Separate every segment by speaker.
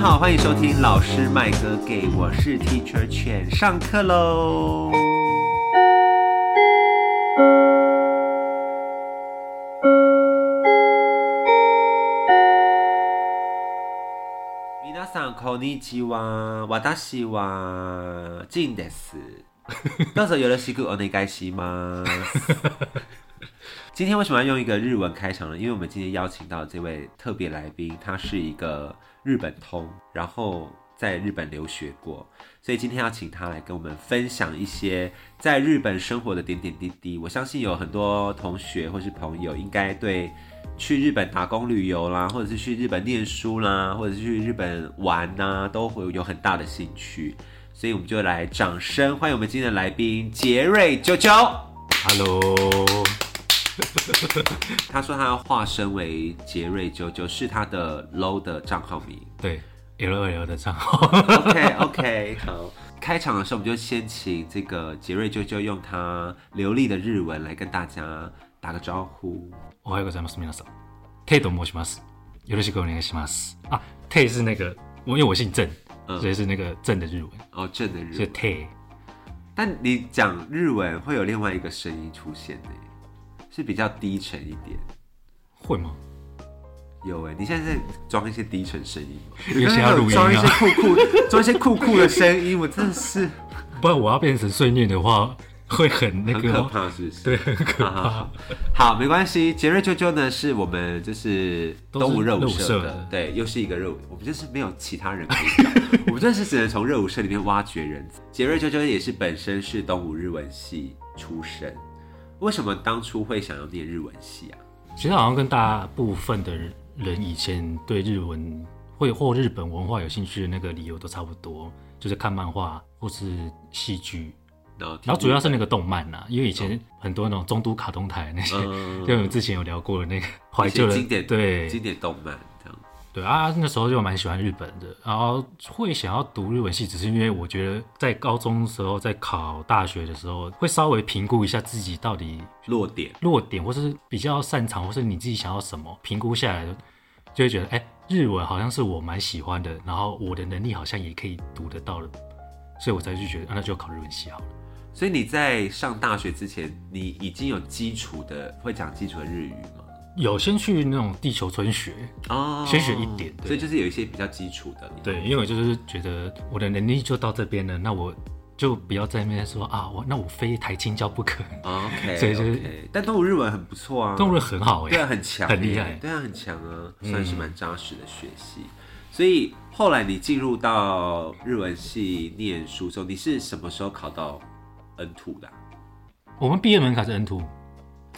Speaker 1: 好，欢迎收听老师麦哥给，我是 Teacher 犬，上课喽。皆さんこんにちは、私はジンです。到时候有了西古お願いします。今天为什么要用一个日文开场呢？因为我们今天邀请到这位特别来宾，他是一个日本通，然后在日本留学过，所以今天要请他来跟我们分享一些在日本生活的点点滴滴。我相信有很多同学或是朋友应该对去日本打工旅游啦，或者是去日本念书啦，或者是去日本玩呐、都会有很大的兴趣。所以我们就来掌声欢迎我们今天的来宾杰瑞九九。
Speaker 2: Hello，
Speaker 1: 他说他要化身为杰瑞九九，是他的 low 的账号 名。
Speaker 2: 对 L 二 L 的账号，
Speaker 1: OK OK，好。开场的时候，我们就先请这个杰瑞啾啾用他流利的日文来跟大家打个招呼。
Speaker 2: おはようございます皆さん。T と申します。よろしくお願いします。啊，T 是那个，我因为我姓郑，
Speaker 1: 嗯
Speaker 2: 所以是那个郑的日文，
Speaker 1: 哦，正的日
Speaker 2: 所以
Speaker 1: 文。
Speaker 2: T
Speaker 1: 但你讲日文会有另外一个声音出现的耶，是比较低沉一点。
Speaker 2: 会吗？
Speaker 1: 有哎，你现在在装一些低沉声音吗，
Speaker 2: 因为现在要录音啊
Speaker 1: 装一些酷酷，装一些酷酷的声音，我真的是
Speaker 2: 不然我要变成碎念的话，会很那
Speaker 1: 很
Speaker 2: 个
Speaker 1: 可
Speaker 2: 哦，
Speaker 1: 怕，是不是？
Speaker 2: 对，很可
Speaker 1: 好好
Speaker 2: 怕
Speaker 1: 好。，好，没关系。杰瑞啾啾呢，是我们就是东吴热舞社
Speaker 2: 都是热舞社的
Speaker 1: 对，又是一个热舞，我们就是没有其他人可以 找，我们真的是只能从热舞社里面挖掘人才。杰瑞啾啾也是本身是东吴日文系出身，为什么当初会想要念日文系啊？
Speaker 2: 其实好像跟大部分的人以前对日文会或日本文化有兴趣的那个理由都差不多，就是看漫画或是戏剧
Speaker 1: 然后听
Speaker 2: 然后主要是那个动漫啦、因为以前很多那种中都卡通台那些，
Speaker 1: 嗯
Speaker 2: 就我们之前有聊过的那个怀旧
Speaker 1: 一
Speaker 2: 的
Speaker 1: 些经典经
Speaker 2: 对
Speaker 1: 典动漫这样。
Speaker 2: 对啊，那时候就蛮喜欢日本的，然后会想要读日文系，只是因为我觉得在高中的时候，在考大学的时候，会稍微评估一下自己到底
Speaker 1: 落点
Speaker 2: 弱点，或是比较擅长，或是你自己想要什么，评估下来就会觉得，哎、日文好像是我蛮喜欢的，然后我的能力好像也可以读得到的，所以我才去觉得，啊、那就考日文系好了。
Speaker 1: 所以你在上大学之前，你已经有基础的会讲基础的日语吗？
Speaker 2: 有先去那种地球村学，
Speaker 1: 哦，
Speaker 2: 先学一点对
Speaker 1: 所以就是有一些比较基础的。
Speaker 2: 对，因为我就是觉得我的能力就到这边了，那我就不要在那边说啊，我那我非台青教不可。
Speaker 1: OK，
Speaker 2: 所以就是
Speaker 1: OK 但动物日文很不错啊，
Speaker 2: 动物很好哎、
Speaker 1: 对啊很强，
Speaker 2: 很厉害嗯
Speaker 1: 对啊很强啊，算是蛮扎实的学习。所以后来你进入到日文系念书之后，你是什么时候考到 N two 的啊、
Speaker 2: 我们毕业门槛是 N two，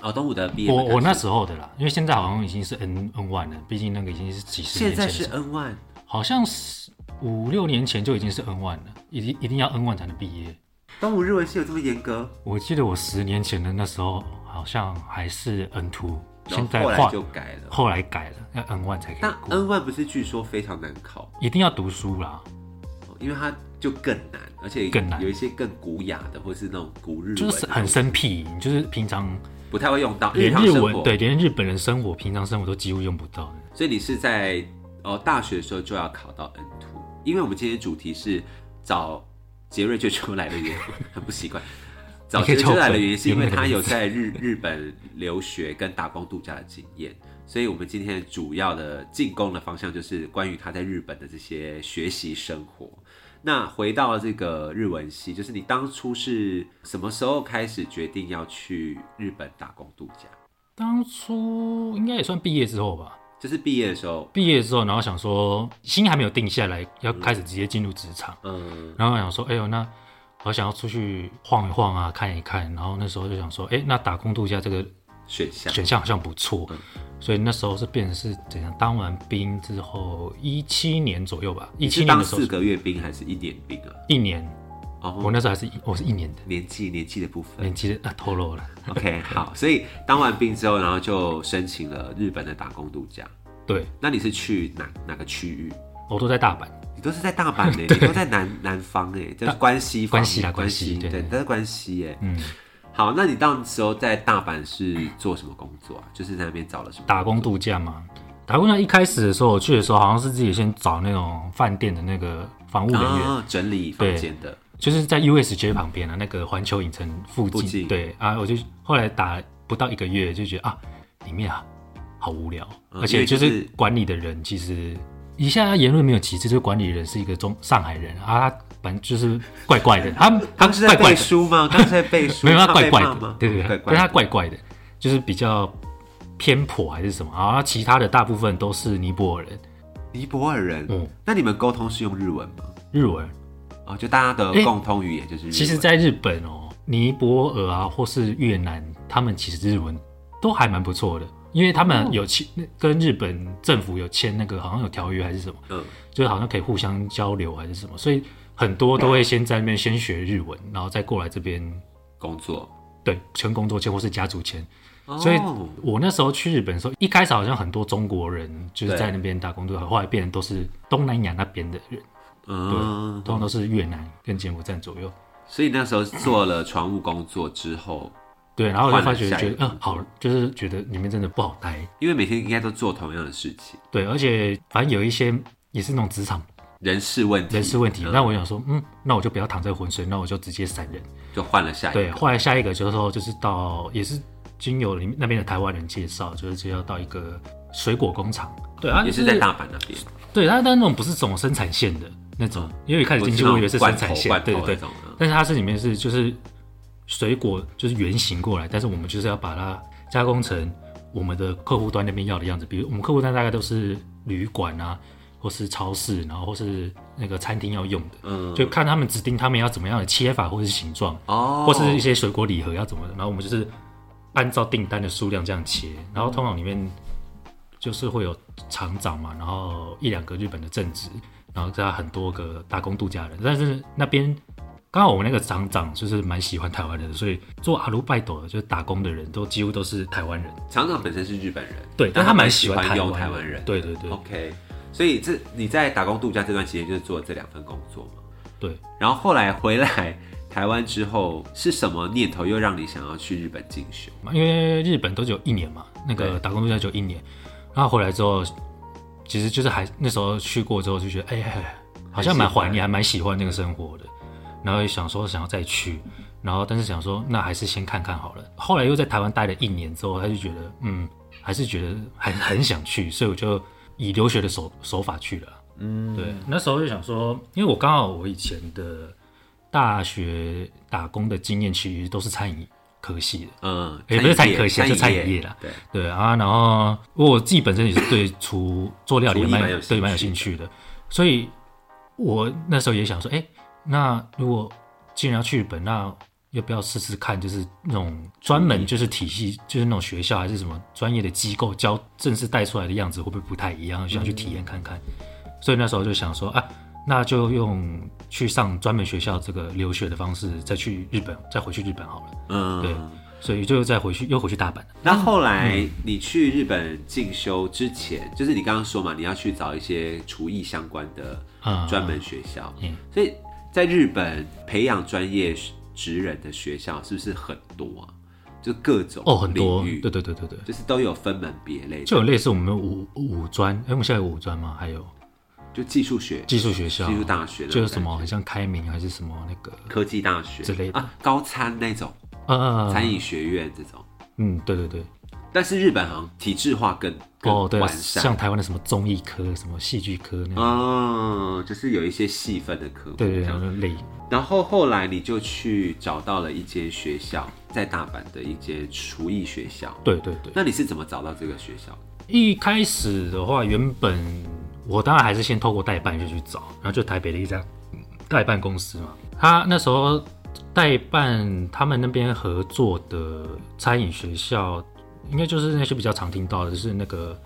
Speaker 1: 哦，东武的毕业
Speaker 2: 我
Speaker 1: 门槛
Speaker 2: 我那
Speaker 1: 是
Speaker 2: 时候的啦，因为现在好像已经是 N N one 了，毕竟那个已经是几十
Speaker 1: 现
Speaker 2: 年前
Speaker 1: 在
Speaker 2: 的
Speaker 1: 是
Speaker 2: 事，
Speaker 1: N one，
Speaker 2: 好像是五六年前就已经是 N one 了，一定一定要 N one 才能毕业。
Speaker 1: 东武日文系有这么严格？
Speaker 2: 我记得我十年前的那时候好像还是 N two，
Speaker 1: 然
Speaker 2: 现
Speaker 1: 后
Speaker 2: 在
Speaker 1: 后来
Speaker 2: 换
Speaker 1: 就改了。
Speaker 2: 后来改了，要 N one 才可
Speaker 1: 但
Speaker 2: 以过，
Speaker 1: N one 不是据说非常难考，
Speaker 2: 一定要读书啦。
Speaker 1: 哦因为它就更难，而且
Speaker 2: 更难
Speaker 1: 有一些更古雅的，或是那种古日文的，
Speaker 2: 就是很生僻，你就是平常
Speaker 1: 不太会用到
Speaker 2: 连
Speaker 1: 常
Speaker 2: 日
Speaker 1: 生
Speaker 2: 文
Speaker 1: 活
Speaker 2: 对连日本人生活平常生活都几乎用不到的。
Speaker 1: 所以你是在哦大学的时候就要考到 N two，因为我们今天主题是找杰瑞就出来的原因， 很不习惯。找杰瑞就来的原因是因为他有在日日本留学跟打工度假的经验，所以我们今天主要的进攻的方向就是关于他在日本的这些学习生活。那回到这个日文系，就是你当初是什么时候开始决定要去日本打工度假？
Speaker 2: 当初应该也算毕业之后吧，
Speaker 1: 就是毕业的时候，
Speaker 2: 毕业之后，然后想说心还没有定下来，要开始直接进入职场，
Speaker 1: 嗯，
Speaker 2: 然后想说，哎呦，那我想要出去晃一晃啊，看一看。然后那时候就想说，哎，那打工度假这个
Speaker 1: 选项
Speaker 2: 选项好像不错，
Speaker 1: 嗯
Speaker 2: 所以那时候是变成是怎样？当完兵之后，一七年左右吧，一
Speaker 1: 你
Speaker 2: 七
Speaker 1: 是
Speaker 2: 年
Speaker 1: 当
Speaker 2: 的时候
Speaker 1: 四，个月兵还是一年兵啊？
Speaker 2: 一年，我
Speaker 1: 哦，
Speaker 2: 那时候还是一我是一年的，
Speaker 1: 年纪年纪的部分。
Speaker 2: 年纪的啊透露了。
Speaker 1: OK，好，所以当完兵之后，然后就申请了日本的打工度假。
Speaker 2: 对，
Speaker 1: 那你是去哪哪个区域？
Speaker 2: 我都在大阪。
Speaker 1: 你都是在大 阪呢、欸你都在南南方哎、就是关西方
Speaker 2: 关西啦
Speaker 1: 关
Speaker 2: 关西对
Speaker 1: 对，你都在关西耶、
Speaker 2: 嗯，
Speaker 1: 好，那你到时候在大阪是做什么工作啊？就是在那边找了什么
Speaker 2: 打工度假嘛，台湾那一开始的时候，我去的时候好像是自己先找那种饭店的那个房务人员，
Speaker 1: 啊，整理房间的，
Speaker 2: 就是在 USJ 旁边的、啊那个环球影城附近。
Speaker 1: 附近
Speaker 2: 对啊，我就后来打不到一个月，就觉得啊，里面啊好无聊，
Speaker 1: 嗯
Speaker 2: 而
Speaker 1: 因
Speaker 2: 且
Speaker 1: 为
Speaker 2: 就
Speaker 1: 就是
Speaker 2: 是管理的人其实以下言论没有歧视，就是管理人是一个中上海人啊，他反正就是怪怪的，他他
Speaker 1: 刚是在
Speaker 2: 怪怪
Speaker 1: 背
Speaker 2: 的，
Speaker 1: 书 吗？刚是在背书，
Speaker 2: 没有他怪
Speaker 1: 被
Speaker 2: 怪
Speaker 1: 骂
Speaker 2: 的
Speaker 1: 吗，？嗯
Speaker 2: 对对
Speaker 1: 怪
Speaker 2: 对，
Speaker 1: 怪
Speaker 2: 但
Speaker 1: 的
Speaker 2: 他怪怪的，就是比较偏颇还是什么啊？然后其他的大部分都是尼泊尔人，
Speaker 1: 尼泊尔人。
Speaker 2: 嗯，
Speaker 1: 那你们沟通是用日文吗？
Speaker 2: 日文。
Speaker 1: 哦，就大家的
Speaker 2: 诶
Speaker 1: 共通语言就是日文。
Speaker 2: 其实，在日本哦，尼泊尔啊，或是越南，他们其实日文都还蛮不错的，因为他
Speaker 1: 哦
Speaker 2: 们有签、跟日本政府有签那个好像有条约还是什么，
Speaker 1: 嗯，
Speaker 2: 就是好像可以互相交流还是什么，所以很多都会先在那边先学日文，然后再过来这边
Speaker 1: 工作，
Speaker 2: 对全工作签或是家族签。所以
Speaker 1: 哦
Speaker 2: 我那时候去日本的时候，一开始好像很多中国人就是
Speaker 1: 对
Speaker 2: 在那边打工，对，后来变成都是东南亚那边的人，
Speaker 1: 嗯，
Speaker 2: 通常都是越南跟柬埔寨左右。
Speaker 1: 所以那时候做了船务工作之后，
Speaker 2: 对，然后我就
Speaker 1: 换
Speaker 2: 发
Speaker 1: 了
Speaker 2: 觉
Speaker 1: 下一
Speaker 2: 觉
Speaker 1: 个
Speaker 2: 得，嗯，好，就是觉得里面真的不好待。
Speaker 1: 因为每天应该都做同样的事情，
Speaker 2: 对，而且反正有一些也是那种职场
Speaker 1: 人事问题，
Speaker 2: 人事问题。
Speaker 1: 嗯
Speaker 2: 那我想说，嗯，那我就不要淌这个浑水，那我就直接闪人。
Speaker 1: 就换了下一
Speaker 2: 对，
Speaker 1: 个。
Speaker 2: 后来下一个就是说，就是到也是经由里面那边的台湾人介绍，就是就要到一个水果工厂。对，啊，
Speaker 1: 也是在大阪那边，
Speaker 2: 对，它但那种不是这种生产线的那种，因为一开始哎进去我以为是生产线
Speaker 1: 罐，头
Speaker 2: 对
Speaker 1: 罐头那
Speaker 2: 对对
Speaker 1: 种，嗯
Speaker 2: 但是它是里面是就是水果就是原型过来，但是我们就是要把它加工成我们的客户端那边要的样子，比如我们客户端大概都是旅馆啊，或是超市，然后或是那个餐厅要用的，
Speaker 1: 嗯
Speaker 2: 就看他们指定他们要怎么样的切法或是形状，
Speaker 1: 哦，
Speaker 2: 或是一些水果礼盒要怎么的，然后我们就是按照订单的数量这样切，然后通常里面就是会有厂长嘛，然后一两个日本的正职，然后加很多个打工度假人，但是那边。刚好我们那个厂长就是蛮喜欢台湾人的，所以做阿鲁拜斗的，就是打工的人都几乎都是台湾人。
Speaker 1: 厂长本身是日本人，
Speaker 2: 对，
Speaker 1: 但
Speaker 2: 但他蛮
Speaker 1: 喜
Speaker 2: 喜欢
Speaker 1: 用
Speaker 2: 台
Speaker 1: 台湾人。
Speaker 2: 对对对
Speaker 1: OK，所以这你在打工度假这段期间就是做这两份工作嘛，
Speaker 2: 对。
Speaker 1: 然后后来回来台湾之后，是什么念头又让你想要去日本进修？
Speaker 2: 嘛，因为日本都只有一年嘛，那
Speaker 1: 对
Speaker 2: 个打工度假只有一年，然后回来之后，其实就是还那时候去过之后就觉得，哎、好像蛮怀念，还蛮喜欢那个生活的，然后也想说想要再去，然后但是想说那还是先看看好了。后来又在台湾待了一年之后，他就觉得，嗯，还是觉得很很想去，所以我就以留学的手手法去了。嗯，对，那时候就想说，因为我刚好我以前的大学打工的经验其实都是餐饮科系的。
Speaker 1: 嗯，
Speaker 2: 也不是
Speaker 1: 餐
Speaker 2: 餐
Speaker 1: 饮
Speaker 2: 饮
Speaker 1: 业
Speaker 2: 科系啊，就餐饮业啦。
Speaker 1: 对，
Speaker 2: 对啊，然后我自己本身也是对厨做料理
Speaker 1: 厨艺
Speaker 2: 蛮
Speaker 1: 蛮有兴
Speaker 2: 对蛮有
Speaker 1: 趣
Speaker 2: 兴趣的，所以我那时候也想说，哎，那如果既然要去日本，那要不要试试看？就是那种专门就是体系，就是那种学校还是什么专业的机构教正式带出来的样子，会不会不太一样？想去体验看看。所以那时候就想说啊，那就用去上专门学校这个留学的方式，再去日本，再回去日本好了。
Speaker 1: 嗯，
Speaker 2: 对，所以就再回去又回去大阪了。
Speaker 1: 那后来你去日本进修之前，就是你刚刚说嘛，你要去找一些厨艺相关的
Speaker 2: 嗯
Speaker 1: 专门学校，
Speaker 2: 嗯
Speaker 1: 所以在日本培养专业职人的学校是不是很多啊？就各种
Speaker 2: 哦，很多，
Speaker 1: 领域
Speaker 2: 对对对对对，
Speaker 1: 就是都有分门别类的，
Speaker 2: 就有类似我们五五专，哎、我们现在有五专吗？还有
Speaker 1: 就技术学、
Speaker 2: 技术学校、
Speaker 1: 技术大学那种
Speaker 2: 就是什么，很像开明还是什么那个，
Speaker 1: 科技大学
Speaker 2: 之类的
Speaker 1: 啊，高参那种
Speaker 2: 呃，
Speaker 1: 餐饮学院这种，
Speaker 2: 嗯，对对对，
Speaker 1: 但是日本好像体制化更更
Speaker 2: 哦，对啊，
Speaker 1: 完善，
Speaker 2: 像台湾的什么综艺科、什么戏剧科那样，
Speaker 1: 哦，就是有一些细分的科目，
Speaker 2: 对对对，
Speaker 1: 这样
Speaker 2: 然后就类，
Speaker 1: 然后后来你就去找到了一间学校，在大阪的一间厨艺学校。
Speaker 2: 对对对。
Speaker 1: 那你是怎么找到这个学校？
Speaker 2: 一开始的话，原本我当然还是先透过代办就去找，然后就台北的一家嗯代办公司嘛，他那时候代办他们那边合作的餐饮学校，应该就是那些比较常听到的，就是那个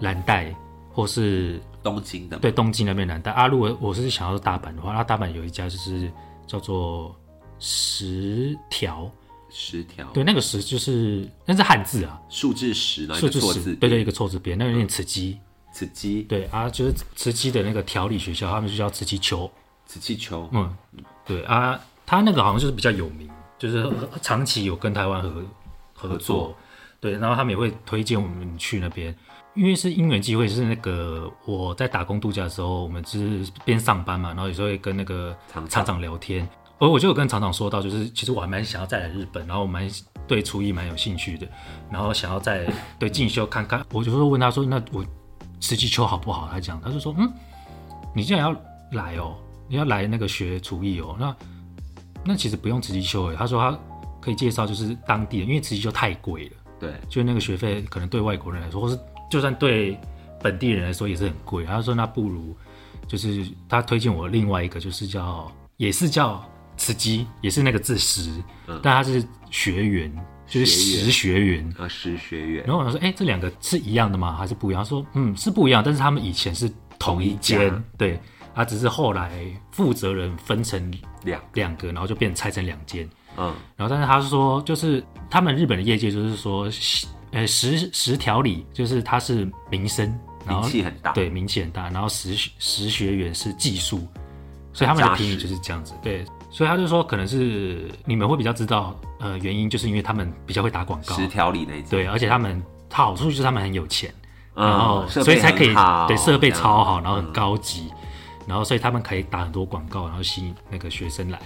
Speaker 2: 蓝带或是
Speaker 1: 东京的吗
Speaker 2: 对东京那边蓝带啊。如果我是想要大阪的话，那大阪有一家就是叫做十条，
Speaker 1: 十条，
Speaker 2: 对，那个十就是那是汉字啊，
Speaker 1: 数字十，然后
Speaker 2: 所
Speaker 1: 一
Speaker 2: 以
Speaker 1: 个
Speaker 2: 就
Speaker 1: 错
Speaker 2: 是
Speaker 1: 字，
Speaker 2: 对对一，个错字边，那有点刺激。
Speaker 1: 此鸡，
Speaker 2: 对啊，就是慈溪的那个调理学校，他们就叫慈溪球。
Speaker 1: 此气球，
Speaker 2: 嗯，对啊，他那个好像就是比较有名，就是长期有跟台湾合合作。
Speaker 1: 合作
Speaker 2: 对，然后他们也会推荐我们去那边，因为是因缘机会，是那个我在打工度假的时候，我们是边上班嘛，然后有时候会跟那个
Speaker 1: 厂长
Speaker 2: 厂长聊天，而我就有跟厂长说到，就是其实我还蛮想要再来日本，然后我蛮对厨艺蛮有兴趣的，然后想要再对进修看看，我就说问他说，那我实际秋好不好？他讲，他就说，嗯，你既然要来哦，你要来那个学厨艺哦，那那其实不用慈济修诶，他说他可以介绍就是当地的，因为慈济修太贵了，
Speaker 1: 对，
Speaker 2: 就是那个学费可能对外国人来说，或是就算对本地人来说也是很贵。他说那不如就是他推荐我另外一个，就是叫也是叫慈济，也是那个字石，但他是学员，就
Speaker 1: 嗯
Speaker 2: 是
Speaker 1: 学员
Speaker 2: 实学员。
Speaker 1: 啊，史学院
Speaker 2: 然后我想说，哎、这两个是一样的吗？还是不一样？他说，嗯，是不一样，但是他们以前是同一
Speaker 1: 同一
Speaker 2: 间
Speaker 1: 家，
Speaker 2: 对，他只是后来负责人分成
Speaker 1: 两，
Speaker 2: 两个，然后就变拆成两间。
Speaker 1: 嗯，
Speaker 2: 然后但是他说，就是他们日本的业界就是说，呃，十十条理就是他是民生，然后
Speaker 1: 名气很大，
Speaker 2: 对名气很大，然后十十学员是技术，所以他们的评语就是这样子。对，所以他就说可能是你们会比较知道，呃，原因就是因为他们比较会打广告，
Speaker 1: 十条里那一集，
Speaker 2: 对，而且他们他好处就是他们很有钱，
Speaker 1: 嗯
Speaker 2: 然后
Speaker 1: 设备
Speaker 2: 哦所以才可以
Speaker 1: 很好
Speaker 2: 对设备
Speaker 1: 这样嗯
Speaker 2: 超好，然后很高级，然后所以他们可以打很多广告，然后吸引那个学生来。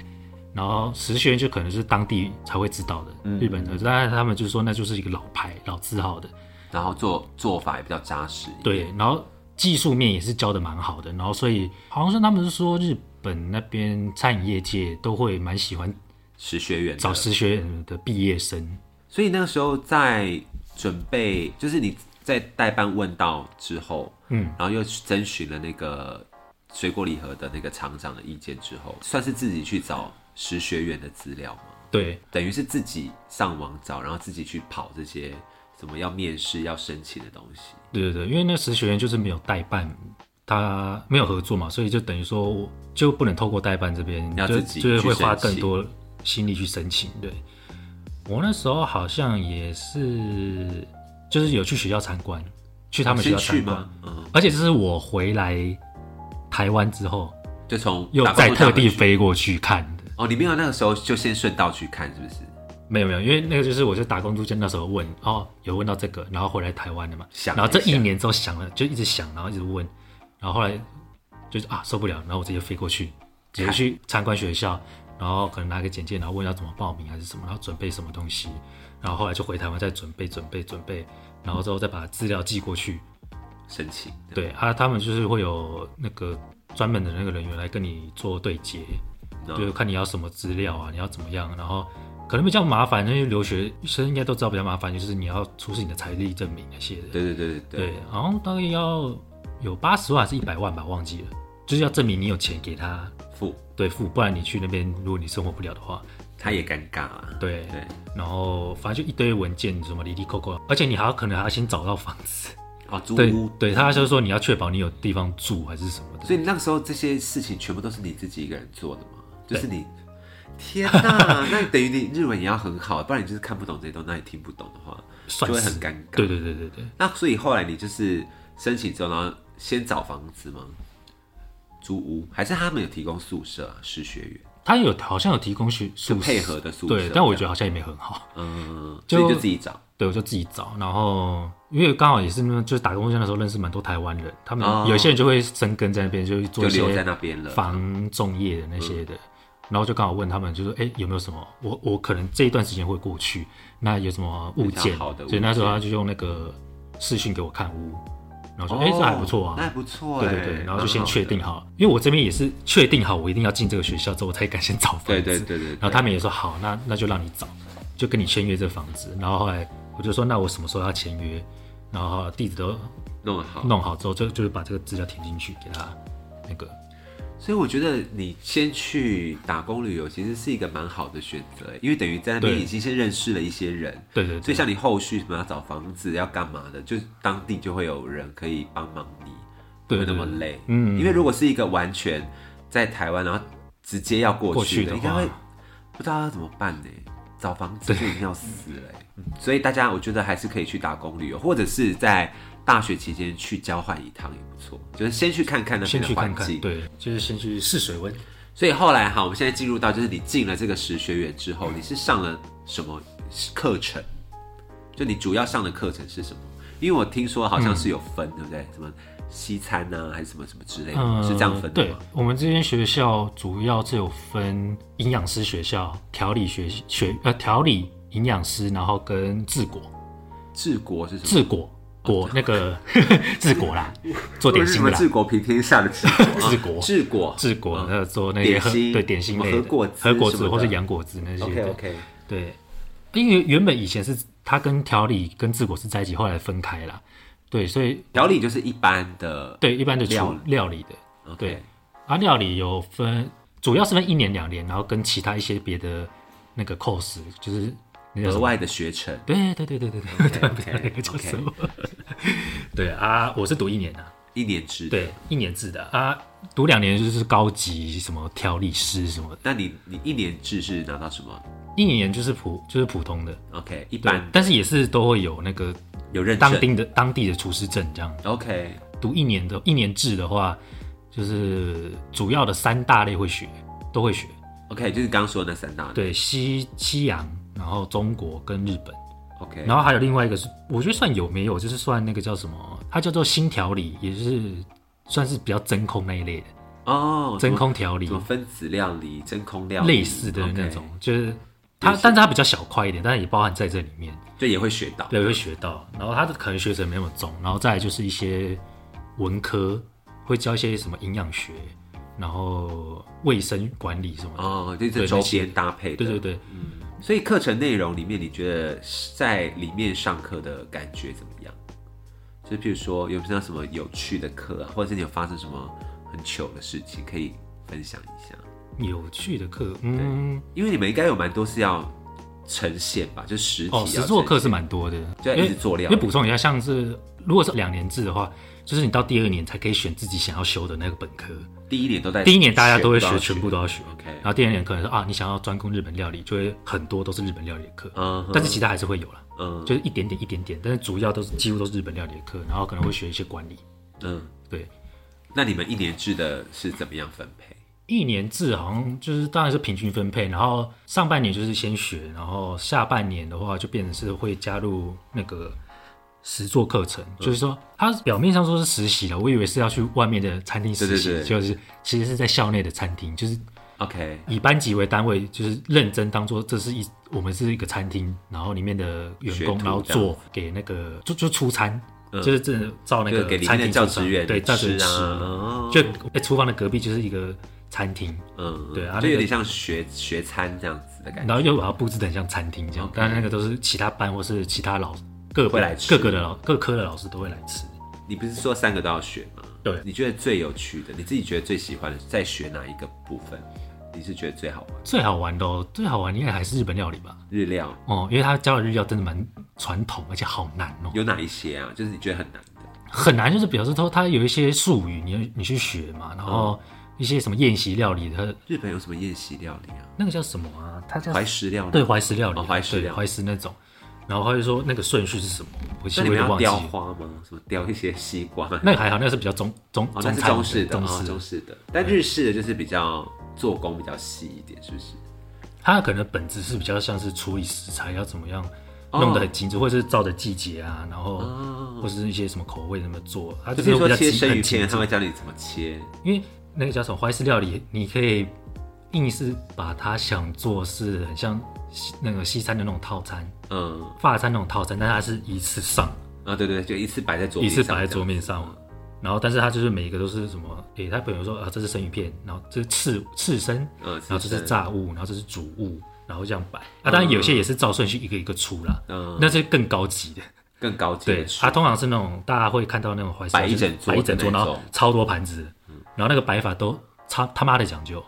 Speaker 2: 然后实学院就可能是当地才会知道的，
Speaker 1: 嗯
Speaker 2: 日本的，但是他们就说那就是一个老牌、老字号的，
Speaker 1: 然后做做法也比较扎实，，
Speaker 2: 对。然后技术面也是教的蛮好的，然后所以好像是他们是说日本那边餐饮业界都会蛮喜欢
Speaker 1: 史学院的
Speaker 2: 找实学院的毕业生，
Speaker 1: 所以那个时候在准备，就是你在代办问到之后，嗯，然后又征询了那个水果礼盒的那个厂长的意见之后，算是自己去找实学院的资料嘛，
Speaker 2: 对，
Speaker 1: 等于是自己上网找，然后自己去跑这些什么要面试、要申请的东西。
Speaker 2: 对对对，因为那实学员就是没有代办，他没有合作嘛，所以就等于说我就不能透过代办这边，
Speaker 1: 要
Speaker 2: 就
Speaker 1: 自己
Speaker 2: 就是
Speaker 1: 去
Speaker 2: 会花
Speaker 1: 申
Speaker 2: 更
Speaker 1: 请
Speaker 2: 多心力去申请。对，我那时候好像也是，就是有去学校参观，去他们学
Speaker 1: 哦先
Speaker 2: 校
Speaker 1: 去
Speaker 2: 参观
Speaker 1: 吗，？嗯，
Speaker 2: 而且这是我回来台湾之后
Speaker 1: 就从
Speaker 2: 又
Speaker 1: 打工
Speaker 2: 再
Speaker 1: 度假
Speaker 2: 特地
Speaker 1: 回去
Speaker 2: 飞过去看的。
Speaker 1: 哦，你没有那个时候就先顺道去看，是不是？
Speaker 2: 没有没有，因为那个就是我就打工度假那时候问哦，有问到这个，然后回来台湾的嘛，
Speaker 1: 想
Speaker 2: 然后这
Speaker 1: 一
Speaker 2: 一
Speaker 1: 下
Speaker 2: 年之后想了，就一直想，然后一直问，然后后来就是啊受不了，然后我直接飞过去，直接去参观学校，然后可能拿个简介，然后问要怎么报名还是什么，然后准备什么东西，然后后来就回台湾再准备准备准备，然后之后再把资料寄过去，
Speaker 1: 嗯申请，
Speaker 2: 对啊，他们就是会有那个专门的那个人员来跟你做对接，
Speaker 1: 嗯
Speaker 2: 就是看你要什么资料啊，你要怎么样，然后可能比较麻烦，因为留学生应该都知道比较麻烦，就是你要出示你的财力证明那些的。
Speaker 1: 对对对对对
Speaker 2: 对，好像大概要有八十万还是一百万吧，忘记了，就是要证明你有钱给他
Speaker 1: 付
Speaker 2: 对付，不然你去那边如果你生活不了的话，
Speaker 1: 他也尴尬啊。
Speaker 2: 对，
Speaker 1: 对，
Speaker 2: 然后反正就一堆文件什么里里扣扣，而且你还要可能还要先找到房子，
Speaker 1: 哦，租
Speaker 2: 对
Speaker 1: 屋
Speaker 2: 对，他就是说你要确保你有地方住还是什么的，
Speaker 1: 所以你那个时候这些事情全部都是你自己一个人做的吗？就是你，天哪，那等于你日文也要很好，不然你就是看不懂这些东西，那你听不懂的话，
Speaker 2: 算
Speaker 1: 就会
Speaker 2: 是
Speaker 1: 很尴尬。
Speaker 2: 对对对对对，
Speaker 1: 那所以后来你就是申请之后，然后先找房子吗？租屋还是他们有提供宿舍啊？是学员，
Speaker 2: 他有好像有提供学宿舍
Speaker 1: 配合的宿舍
Speaker 2: 对，但我觉得好像也没很好。
Speaker 1: 嗯，
Speaker 2: 就
Speaker 1: 所以就自己找。
Speaker 2: 对，我就自己找，然后因为刚好也是那就是打工度假的时候认识蛮多台湾人，他们
Speaker 1: 哦
Speaker 2: 有些人就会生根在那边，就会做一
Speaker 1: 就留在
Speaker 2: 些
Speaker 1: 那边了
Speaker 2: 防种业的那些的，然后就刚好问他们，就说哎、诶有没有什么我我可能这一段时间会过去，那有什么物
Speaker 1: 比
Speaker 2: 件？
Speaker 1: 较好的物件哦
Speaker 2: 所以那时候他就用那个视讯给我看屋，然后说哎、诶这还不错啊，
Speaker 1: 那还不错哎、
Speaker 2: 对对对，然后就先确定
Speaker 1: 蛮好
Speaker 2: 好，因为我这边也是确定好，我一定要进这个学校之后，我才敢先找房子。
Speaker 1: 对对对对对
Speaker 2: 然后他们也说好，那那就让你找，就跟你签约这房子。然后后来我就说，那我什么时候要签约？然后地址都
Speaker 1: 的弄好。
Speaker 2: 弄好之后，就就是把这个资料填进去给他那个。
Speaker 1: 所以我觉得你先去打工旅游其实是一个蛮好的选择，因为等于在那边
Speaker 2: 对
Speaker 1: 已经先认识了一些人，
Speaker 2: 对对
Speaker 1: 所以
Speaker 2: 对，
Speaker 1: 像你后续什么要找房子要干嘛的，就当地就会有人可以帮忙你，
Speaker 2: 对
Speaker 1: 不会那
Speaker 2: 对
Speaker 1: 么
Speaker 2: 对
Speaker 1: 累。
Speaker 2: 嗯
Speaker 1: 因为如果是一个完全在台湾然后直接要过
Speaker 2: 过
Speaker 1: 去
Speaker 2: 去
Speaker 1: 的，
Speaker 2: 的
Speaker 1: 应该
Speaker 2: 话
Speaker 1: 会不知道要怎么办呢？找房子就已经要死了欸、嗯所以大家我觉得还是可以去打工旅游，或者是在大学期间去交换一趟也不错，就是先去看看那边
Speaker 2: 先
Speaker 1: 的
Speaker 2: 去
Speaker 1: 环
Speaker 2: 看
Speaker 1: 境。
Speaker 2: 看，对，就是先去试水温。
Speaker 1: 所以后来哈，我们现在进入到就是你进了这个实学院之后，你是上了什么课程？就你主要上的课程是什么？因为我听说好像是有分，对不对？什么西餐呐、还是什么什么之类的，
Speaker 2: 嗯，
Speaker 1: 哎是这样分的
Speaker 2: 对
Speaker 1: 吗？，
Speaker 2: 我们这边学校主要是有分营养师学校、调理学学呃调理营养师，然后跟治国
Speaker 1: 治国是什么？
Speaker 2: 治国果那个 治国啦，做
Speaker 1: 我以哦 为
Speaker 2: 点
Speaker 1: 是什
Speaker 2: 心
Speaker 1: 么
Speaker 2: 的啦
Speaker 1: 治，国平天下的治国啊？
Speaker 2: 治国
Speaker 1: 治国，
Speaker 2: 治国
Speaker 1: 嗯
Speaker 2: 还有做那些
Speaker 1: 点心
Speaker 2: 对点心类
Speaker 1: 什
Speaker 2: 的
Speaker 1: 么和果子
Speaker 2: 和果
Speaker 1: 什么
Speaker 2: 子
Speaker 1: 的
Speaker 2: 或是洋果子那些
Speaker 1: OK
Speaker 2: 的
Speaker 1: OK，
Speaker 2: 对，因为原本以前是它跟调理跟治国是在一起，后来分开啦。对，所以
Speaker 1: 调理就是一般的。呃
Speaker 2: 对一般的
Speaker 1: 料
Speaker 2: 厨料理的，
Speaker 1: OK
Speaker 2: 对，啊，料理有分，主要是分一年两年，然后跟其他一些别的那个 course，就是那叫什
Speaker 1: 额
Speaker 2: 么
Speaker 1: 外的学程。
Speaker 2: 对对对对对对对，不知道
Speaker 1: OK，
Speaker 2: 那个叫什么？ 对啊，我是读一年啊，
Speaker 1: 一年制。，
Speaker 2: 对，一年制的啊，读两年就是高级什么调理师什么的，
Speaker 1: 那你你一年制是拿到什么
Speaker 2: 一年就是普就是普通的，
Speaker 1: ？OK，一
Speaker 2: 对
Speaker 1: 般，
Speaker 2: 但是也是都会有那个
Speaker 1: 有认
Speaker 2: 当
Speaker 1: 证。
Speaker 2: 地的当地的厨师证这样。
Speaker 1: OK，
Speaker 2: 读一年的一年制的话，就是主要的三大类会学都会学，
Speaker 1: OK，就是刚刚说的那三大类。
Speaker 2: 对西西洋，然后中国跟日本，
Speaker 1: ，OK，
Speaker 2: 然后还有另外一个是，我觉得算有没有，就是算那个叫什么，它叫做新调理，也就是算是比较真空那一类的
Speaker 1: 哦，
Speaker 2: 真空调
Speaker 1: 什
Speaker 2: 理
Speaker 1: 么分子料理、真空料理
Speaker 2: 类似的那种
Speaker 1: OK，
Speaker 2: 就是它，但是它比较小块一点，但是也包含在这里面，
Speaker 1: 就也会学到。
Speaker 2: 对，会学到。然后它的可能学程没那么重，然后再来就是一些文科会教一些什么营养学，然后卫生管理什么的，
Speaker 1: 哦，就是
Speaker 2: 对
Speaker 1: 周
Speaker 2: 那些
Speaker 1: 边搭配的。
Speaker 2: 对对对。
Speaker 1: 所以课程内容里面，你觉得在里面上课的感觉怎么样？就譬如说有没有什么有趣的课啊，或者是你有发生什么很糗的事情，可以分享一下？
Speaker 2: 有趣的课，嗯，
Speaker 1: 因为你们应该有蛮多是要呈现吧，就实体要
Speaker 2: 哦，
Speaker 1: 呈现
Speaker 2: 实作课是蛮多的，
Speaker 1: 啊就要
Speaker 2: 因
Speaker 1: 一
Speaker 2: 为
Speaker 1: 直做料
Speaker 2: 因为。补充一下，像是如果是两年制的话，就是你到第二年才可以选自己想要修的那个本科。
Speaker 1: 第一年都在
Speaker 2: 第一年大家都会学，
Speaker 1: 全
Speaker 2: 全
Speaker 1: 部
Speaker 2: 部
Speaker 1: 都
Speaker 2: 都
Speaker 1: 要
Speaker 2: 要学。
Speaker 1: OK
Speaker 2: 然后第二年可能是啊，你想要专攻日本料理，就会很多都是日本料理的课，
Speaker 1: 嗯哼
Speaker 2: 但是其他还是会有啦，
Speaker 1: 嗯
Speaker 2: 就是一点点一点点，但是主要都是几乎都是日本料理的课，然后可能会学一些管理。
Speaker 1: 嗯。
Speaker 2: 对，
Speaker 1: 那你们一年制的是怎么样分配？
Speaker 2: 一年制好像就是当然是平均分配，然后上半年就是先学，然后下半年的话就变成是会加入那个实作课程，
Speaker 1: 嗯
Speaker 2: 就是说它表面上说是实习啊了，我以为是要去外面的餐厅实习，
Speaker 1: 对对对
Speaker 2: 就是其实是在校内的餐厅，就是
Speaker 1: OK，
Speaker 2: 以班级为单位，就是认真当做这是一我们是一个餐厅，然后里面的员
Speaker 1: 学
Speaker 2: 工
Speaker 1: 徒
Speaker 2: 然后
Speaker 1: 这样嗯
Speaker 2: 做给那个就就出餐，就是真的照那
Speaker 1: 就
Speaker 2: 个
Speaker 1: 给里面
Speaker 2: 餐
Speaker 1: 的
Speaker 2: 厅
Speaker 1: 教
Speaker 2: 出餐
Speaker 1: 职员
Speaker 2: 对教职员
Speaker 1: 吃
Speaker 2: 吃，
Speaker 1: 啊，哦
Speaker 2: 就哎厨房的隔壁就是一个餐厅。
Speaker 1: 嗯，
Speaker 2: 对啊
Speaker 1: 就有点
Speaker 2: 那个
Speaker 1: 像学学餐这样子的感觉。
Speaker 2: 然后又把它布置得很像餐厅这样
Speaker 1: OK，
Speaker 2: 但是那个都是其他班或是其他老各
Speaker 1: 会来吃
Speaker 2: 各个的老各科的老师都会来吃。
Speaker 1: 你不是说三个都要学吗？
Speaker 2: 对
Speaker 1: 你觉得最有趣的，你自己觉得最喜欢的，在学哪一个部分？你是觉得最好玩？
Speaker 2: 最好玩的、哦，最好玩应该还是日本料理吧？
Speaker 1: 日料
Speaker 2: 哦，因为他教的日料真的蛮传统，而且好难哦，
Speaker 1: 有哪一些啊？就是你觉得很难的
Speaker 2: 很难。就是表示说他有一些术语，你你去学嘛，
Speaker 1: 嗯
Speaker 2: 然后一些什么宴席料理，它
Speaker 1: 日本有什么宴席料理啊？
Speaker 2: 那个叫什么啊？它叫
Speaker 1: 怀石料理。
Speaker 2: 对，怀石料理，
Speaker 1: 哦怀石料理
Speaker 2: 对怀石那种。然后他就说那个顺序是什么，我其
Speaker 1: 那
Speaker 2: 实
Speaker 1: 你
Speaker 2: 有
Speaker 1: 们
Speaker 2: 点
Speaker 1: 要
Speaker 2: 忘记
Speaker 1: 雕花
Speaker 2: 了。
Speaker 1: 吗？什么雕一些西瓜？
Speaker 2: 那个还好，那个是比较中中
Speaker 1: 哦，
Speaker 2: 中
Speaker 1: 那是
Speaker 2: 餐
Speaker 1: 中式的，
Speaker 2: 中
Speaker 1: 哦
Speaker 2: 式的
Speaker 1: 中式的。但日式的就是比较做工比较细一点，是不是？
Speaker 2: 它可能本质是比较像是处理食材要怎么样
Speaker 1: 哦
Speaker 2: 弄得很精致，或者是照着季节啊，然后或者是一些什么口味怎么做，它
Speaker 1: 就
Speaker 2: 就是是
Speaker 1: 啊说
Speaker 2: 比较
Speaker 1: 切
Speaker 2: 精
Speaker 1: 生鱼
Speaker 2: 很精
Speaker 1: 片，啊他
Speaker 2: 致
Speaker 1: 会。教你怎么切。
Speaker 2: 因为那个叫什么怀石料理，你可以硬是把它想做是很像西那个西餐的那种套餐，
Speaker 1: 嗯，
Speaker 2: 法餐那种套餐，但它是一次上，
Speaker 1: 啊，对对对，就一次摆在桌
Speaker 2: 一
Speaker 1: 面上
Speaker 2: 次
Speaker 1: 这样，
Speaker 2: 摆在桌面上。然后，但是它就是每一个都是什么？诶，他朋友说啊，这是生鱼片，然后这是刺刺身，
Speaker 1: 嗯
Speaker 2: 然后这
Speaker 1: 刺
Speaker 2: 是
Speaker 1: 身
Speaker 2: 炸物，然后这是煮物，然后这样摆。啊，当然有些也是照顺序一个一个出啦，
Speaker 1: 嗯
Speaker 2: 那是更高级的。
Speaker 1: 更高级
Speaker 2: 对
Speaker 1: 的，吃。
Speaker 2: 它通常是那种大家会看到那种怀石
Speaker 1: 摆一整桌
Speaker 2: 摆一整桌，
Speaker 1: 的
Speaker 2: 然
Speaker 1: 那
Speaker 2: 后
Speaker 1: 种嗯
Speaker 2: 超多盘子，然后那个摆法都超他妈的讲究。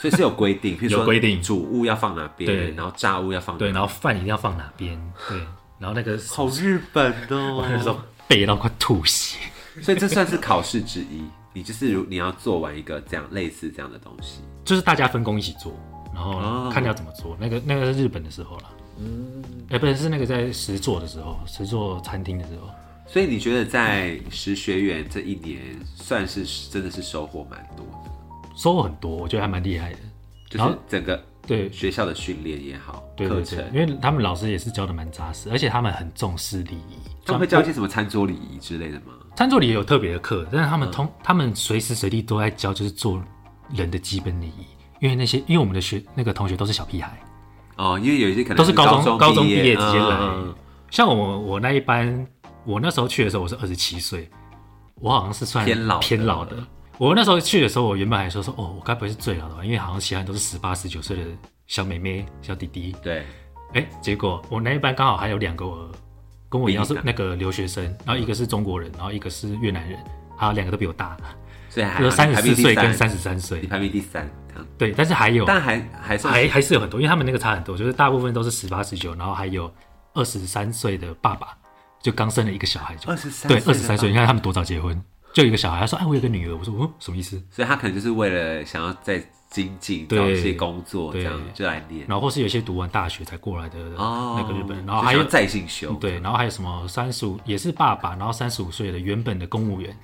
Speaker 1: 所以是有规 定，譬如说
Speaker 2: 啊有规定
Speaker 1: 主物要放哪
Speaker 2: 对
Speaker 1: 边，然后炸物要放哪
Speaker 2: 对，
Speaker 1: 边。
Speaker 2: 然后饭一定要放哪边，对，然后那个
Speaker 1: 好日本
Speaker 2: 那时
Speaker 1: 哦，
Speaker 2: 候背到快吐血。
Speaker 1: 所以这算是考试之一。你就是如你要做完一个这样类似这样的东西，
Speaker 2: 就是大家分工一起做，然
Speaker 1: 哦
Speaker 2: 后看要怎么做。那个那个是日本的时候了，嗯，哎，不是是那个在实做的时候，实做餐厅的时候，
Speaker 1: 所以你觉得在石学院这一年算是真的是收获蛮多的，
Speaker 2: 收获很多，我觉得还蛮厉害的。
Speaker 1: 就
Speaker 2: 然
Speaker 1: 是
Speaker 2: 后
Speaker 1: 整个
Speaker 2: 对
Speaker 1: 学校的训练也好，
Speaker 2: 对
Speaker 1: 课
Speaker 2: 对
Speaker 1: 程
Speaker 2: 对，，因为他们老师也是教的蛮扎实，而且他们很重视礼仪。
Speaker 1: 他们会教一些什么餐桌礼仪之类的吗？
Speaker 2: 餐桌里也有特别的课，但是他们
Speaker 1: 嗯
Speaker 2: 通、他们随时随地都在教，就是做人的基本礼仪。因为那些，因为我们的学那个同学都是小屁孩，
Speaker 1: 哦，因为有一些可能
Speaker 2: 都是高
Speaker 1: 中
Speaker 2: 中高中
Speaker 1: 毕
Speaker 2: 毕业直接来。
Speaker 1: 嗯
Speaker 2: 像我我那一班，我那时候去的时候我是二十七岁，我好像是算
Speaker 1: 偏老的
Speaker 2: 偏老的。我那时候去的时候，我原本还说说哦，我该不会是最老的吧？因为好像其他人都是十八、十九岁的小妹妹、小弟弟。
Speaker 1: 对，
Speaker 2: 哎，结果我那一班刚好还有两个我跟我一样
Speaker 1: 比
Speaker 2: 是
Speaker 1: 你大
Speaker 2: 那个留学生，然后一个是中国人，然后一个是越南人，还有两个都比我大，
Speaker 1: 所以还
Speaker 2: 就是
Speaker 1: 好
Speaker 2: 三
Speaker 1: 你
Speaker 2: 十
Speaker 1: 排名
Speaker 2: 四
Speaker 1: 第
Speaker 2: 岁跟
Speaker 1: 三
Speaker 2: 三，十三
Speaker 1: 你
Speaker 2: 岁。
Speaker 1: 排名第三，这样
Speaker 2: 对，但是还有
Speaker 1: 但还还算
Speaker 2: 还还是有很多，因为他们那个差很多，就是大部分都是十八、十九，然后还有二十三岁的爸爸，就刚生了一个小孩就，
Speaker 1: 23
Speaker 2: 对，
Speaker 1: 岁
Speaker 2: 二
Speaker 1: 的
Speaker 2: 十三岁，你看他们多早结婚，就有一个小孩，他说哎，我有个女儿，我说哦，什么意思？
Speaker 1: 所以他可能就是为了想要再精进，
Speaker 2: 对
Speaker 1: 找一些工作，这
Speaker 2: 对
Speaker 1: 样就来念。
Speaker 2: 然后或是有一些读完大学才过来的
Speaker 1: 哦，
Speaker 2: 那个日本人，然后
Speaker 1: 就
Speaker 2: 还
Speaker 1: 想
Speaker 2: 有
Speaker 1: 要再进修，
Speaker 2: 对，然后还有什么三十五也是爸爸，然后三十五岁的原本的公务员，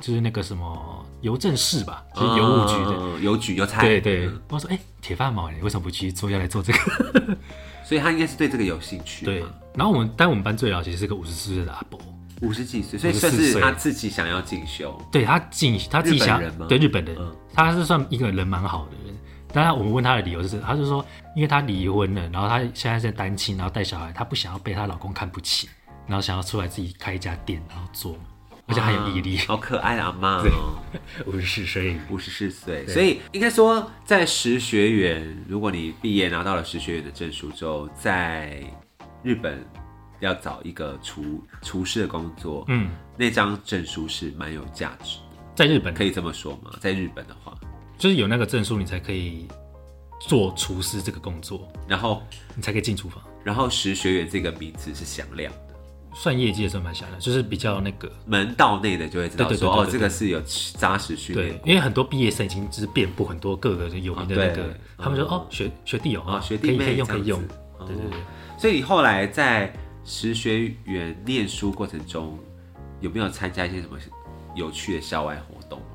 Speaker 2: 就是那个什么邮政室吧，就是邮务局的。
Speaker 1: 的，邮局邮差，
Speaker 2: 对对，我说哎，铁饭碗，你为什么不去做，要来做这个？
Speaker 1: 所以他应该是对这个有兴趣。
Speaker 2: 对，，然后我们，但我们班最了解是个五十四岁的阿伯，
Speaker 1: 五十几岁，所以
Speaker 2: 54
Speaker 1: 算是
Speaker 2: 岁
Speaker 1: 他自己想要进修。
Speaker 2: 对他进他自己想
Speaker 1: 日本人吗
Speaker 2: 对日本人，
Speaker 1: 嗯
Speaker 2: 他是算一个人蛮好的人。但他我们问他的理由是，他就说，因为他离婚了，然后他现在在单亲，然后带小孩，她不想要被她老公看不起，然后想要出来自己开一家店，然后做，而且很有毅 力
Speaker 1: 哇，哦好可爱的阿妈哦，
Speaker 2: 五十四岁。
Speaker 1: 五十四岁，所以应该说，在实学员，如果你毕业拿到了实学员的证书之后，在日本要找一个厨厨师的工作，
Speaker 2: 嗯，
Speaker 1: 那张证书是蛮有价值的，
Speaker 2: 在日本
Speaker 1: 可以这么说吗？在日本的话，
Speaker 2: 就是有那个证书，你才可以做厨师这个工作，
Speaker 1: 然后
Speaker 2: 你才可以进厨房，
Speaker 1: 然后实学员这个名词是响亮的，
Speaker 2: 算业绩也算蛮强的，就是比较那个
Speaker 1: 门道内的就会知道
Speaker 2: 对对
Speaker 1: 说，
Speaker 2: 对对
Speaker 1: 哦，
Speaker 2: 对
Speaker 1: 这个是有扎实训练
Speaker 2: 对，因为很多毕业生已经就是遍布很多各个有名的那
Speaker 1: 啊
Speaker 2: 个
Speaker 1: 对，
Speaker 2: 他们说
Speaker 1: 嗯
Speaker 2: 哦学学弟有
Speaker 1: 啊，
Speaker 2: 啊，
Speaker 1: 学弟
Speaker 2: 可以可
Speaker 1: 妹
Speaker 2: 以用
Speaker 1: 这
Speaker 2: 可
Speaker 1: 样
Speaker 2: 以用
Speaker 1: 子，哦
Speaker 2: 对对对。
Speaker 1: 所以你后来在实学员念书过程中，有没有参加一些什么有趣的校外活动吗？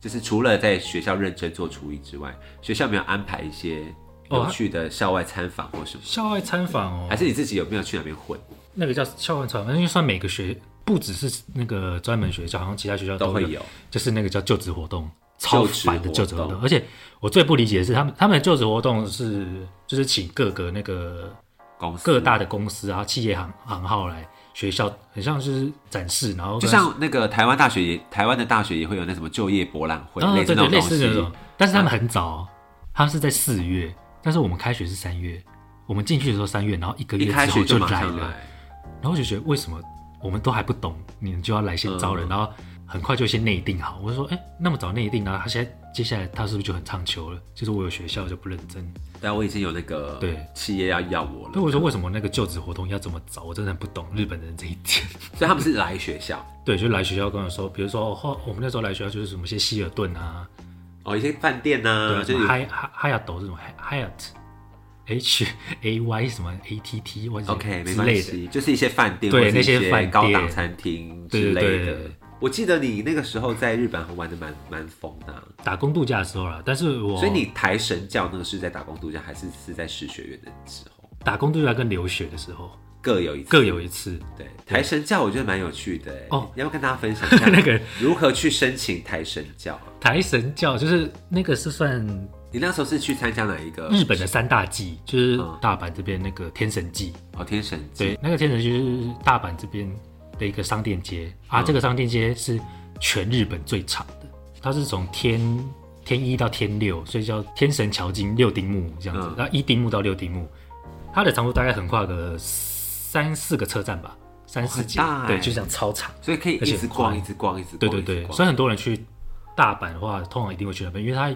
Speaker 1: 就是除了在学校认真做厨艺之外，学校有没有安排一些有趣的校外参访或什么？
Speaker 2: 校外参访哦
Speaker 1: 还，是你自己有没有去那边混？
Speaker 2: 那个叫校外参访，因为算每个学不只是那个专门学校，好像其他学校
Speaker 1: 都会
Speaker 2: 有，
Speaker 1: 有
Speaker 2: 就是那个叫就职活动，
Speaker 1: 就
Speaker 2: 超
Speaker 1: 职
Speaker 2: 烦的就职活
Speaker 1: 活
Speaker 2: 动。而且我最不理解的是他们他们的就职活动是就是请各个那个
Speaker 1: 公司，
Speaker 2: 各大的公司啊、企业行行号来学校，很像就是展示，然后
Speaker 1: 就
Speaker 2: 跟啊
Speaker 1: 像那个台湾大学也，台湾的大学也会有那什么就业博览会，
Speaker 2: 啊，
Speaker 1: 类似
Speaker 2: 对
Speaker 1: 那种
Speaker 2: 对，类
Speaker 1: 东
Speaker 2: 似那种
Speaker 1: 西。，
Speaker 2: 但是他们很早哦，他们是在四月，但是我们开学是三月，我们进去的时候三月，然后一个
Speaker 1: 一
Speaker 2: 月
Speaker 1: 开
Speaker 2: 之
Speaker 1: 学
Speaker 2: 后
Speaker 1: 就马
Speaker 2: 来
Speaker 1: 上
Speaker 2: 了，
Speaker 1: 来，
Speaker 2: 然后我就觉得为什么我们都还不懂，你们就要来先招
Speaker 1: 嗯
Speaker 2: 人，然后很快就先内定好。我就说，哎，那么早内定，然后他现在接下来他是不是就很唱秋了？就是我有学校就不认真，
Speaker 1: 但我已经有那个
Speaker 2: 对
Speaker 1: 企业要要我了，
Speaker 2: 所以我说为什么那个就职活动要这么早？我真的很不懂日本人这一点。
Speaker 1: 所以他们是来学校
Speaker 2: 对，就来学校跟我说，比如说哦，我们那时候来学校就是什么一些希尔顿啊，
Speaker 1: 哦，一些饭店呐、
Speaker 2: 对，
Speaker 1: 嗯就是
Speaker 2: 什么 Hi Hi Hyatt 是什么 Hyatt H A Y 什么 A T T 或者
Speaker 1: OK，没
Speaker 2: 之
Speaker 1: 关
Speaker 2: 类的，
Speaker 1: 系，就是一些饭店
Speaker 2: 对
Speaker 1: 或是一
Speaker 2: 那些
Speaker 1: 些
Speaker 2: 饭店
Speaker 1: 高档餐厅之类的。
Speaker 2: 对对对
Speaker 1: 我记得你那个时候在日本还玩的蛮蛮疯的啊、
Speaker 2: 打工度假的时候啦。但是我
Speaker 1: 所以你台神教那个是在打工度假，还是是在实学院的时候？
Speaker 2: 打工度假跟留学的时候
Speaker 1: 各有一次
Speaker 2: 各有一次，
Speaker 1: 对台神教，我觉得蛮有趣的哦
Speaker 2: 哦。
Speaker 1: 要不要跟大家分享一下
Speaker 2: 那个
Speaker 1: 如何去申请台神教啊？
Speaker 2: 台神教就是那个是算
Speaker 1: 你那时候是去参加哪一个？
Speaker 2: 日本的三大祭，就是
Speaker 1: 嗯
Speaker 2: 大阪这边那个天神祭，
Speaker 1: 哦，天神教
Speaker 2: 对，那个天神祭就是大阪这边的一个商店街
Speaker 1: 嗯
Speaker 2: 啊，这个商店街是全日本最长的，它是从天天一到天六，所以叫天神桥筋六丁目这样子
Speaker 1: 嗯，
Speaker 2: 那、一丁目到六丁目，它的长度大概横跨个三四个车站吧，三四节，
Speaker 1: 很大欸
Speaker 2: 对，就这样超长。
Speaker 1: 所以可以
Speaker 2: 而
Speaker 1: 一
Speaker 2: 且
Speaker 1: 直逛，
Speaker 2: 很快
Speaker 1: 一直逛，一直逛。
Speaker 2: 对对
Speaker 1: 一直
Speaker 2: 对，
Speaker 1: 逛
Speaker 2: 所以很多人去大阪的话，通常一定会去那边，因为它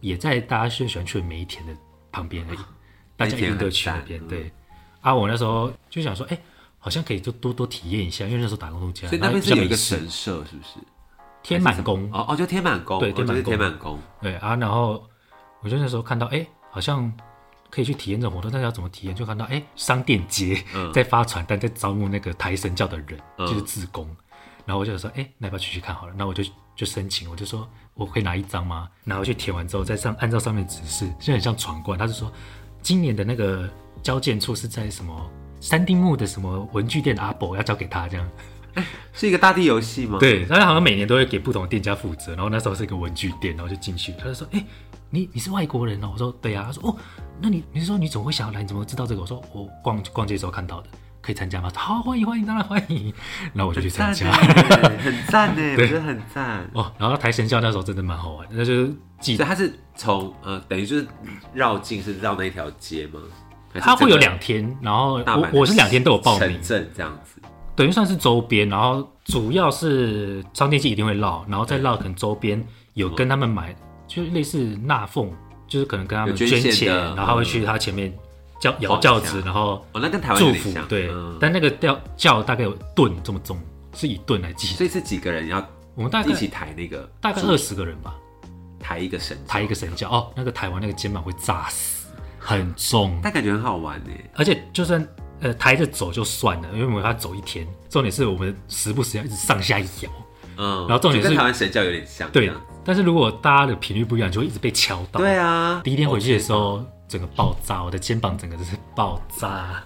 Speaker 2: 也在大家最喜欢去的梅田的旁边而已，大家一定都会去那边
Speaker 1: 啊梅。田很嗯
Speaker 2: 对，啊，我那时候就想说，哎、好像可以就多多体验一下，因为那时候打工度假，
Speaker 1: 所以那
Speaker 2: 然后
Speaker 1: 边
Speaker 2: 比
Speaker 1: 是
Speaker 2: 较
Speaker 1: 有一
Speaker 2: 没
Speaker 1: 个
Speaker 2: 事
Speaker 1: 神社，是不是？
Speaker 2: 天满宫，
Speaker 1: 哦哦，就天满宫，
Speaker 2: 对
Speaker 1: 哦
Speaker 2: 天满
Speaker 1: 就是
Speaker 2: 宫
Speaker 1: 天满宫。
Speaker 2: 对啊，然后我就那时候看到，哎、好像。可以去体验这种活动，但是要怎么体验？就看到 哎、商店街在发传单，在招募那个台神教的人，就是自工。然后我就说，哎，那要不要去去看好了？那我就就申请，我就说我可以拿一张吗？然后我去填完之后，再上按照上面的指示，就很像闯关。他就说，今年的那个交件处是在什么三丁目的什么文具店的阿伯要交给他这样。
Speaker 1: 是一个大地游戏吗？，
Speaker 2: 对，他好像每年都会给不同的店家负责。然后那时候是一个文具店，然后就进去，他就说：“哎、你你是外国人哦？”我说：“对啊。”他说：“哦，那你你是说你怎么会想要来？你怎么知道这个？”我说：“我逛逛街的时候看到的，可以参加吗？”他说好，欢迎欢迎，当然欢迎。 然后我就去参
Speaker 1: 赞
Speaker 2: 加。
Speaker 1: 呢，很赞呢，我觉得很赞。
Speaker 2: 哦，然后台神教那时候真的蛮好玩的，那就是记
Speaker 1: 所以他是从呃，等于就是绕境是绕那一条街吗？还是
Speaker 2: 他会有
Speaker 1: 整个
Speaker 2: 两天，然后
Speaker 1: 大阪
Speaker 2: 我
Speaker 1: 的
Speaker 2: 我是两天都有报名
Speaker 1: 城，镇这样子，
Speaker 2: 等于算是周边，然后主要是商店街一定会绕，然后再绕可能周边有跟他们买，就类似纳俸，就是可能跟他们
Speaker 1: 有捐
Speaker 2: 捐
Speaker 1: 献
Speaker 2: 钱，
Speaker 1: 的
Speaker 2: 然后他会去他前面叫摇
Speaker 1: 晃一
Speaker 2: 轿
Speaker 1: 下
Speaker 2: 子，然后
Speaker 1: 哦，那跟台湾有
Speaker 2: 祝
Speaker 1: 点
Speaker 2: 福
Speaker 1: 像，
Speaker 2: 对，
Speaker 1: 嗯
Speaker 2: 但那个叫叫大概有吨这么重，是以吨来计，
Speaker 1: 所以是几个人要
Speaker 2: 我们大概
Speaker 1: 一起抬那个，
Speaker 2: 大概二十个人吧，
Speaker 1: 抬一个绳子，
Speaker 2: 抬一个神轿哦，那个抬完那个肩膀会炸死，很重，
Speaker 1: 但感觉很好玩欸呢。
Speaker 2: 而且就算呃抬着走就算了，因为我们要走一天，重点是我们时不时要一直上下摇。
Speaker 1: 嗯，
Speaker 2: 然后重点
Speaker 1: 就是跟台湾神教有点像，这
Speaker 2: 对啊
Speaker 1: 样，
Speaker 2: 但是如果大家的频率不一样，就会一直被敲到。
Speaker 1: 对啊，
Speaker 2: 第一天回去的时候，整个爆炸，我的肩膀整个就是爆炸。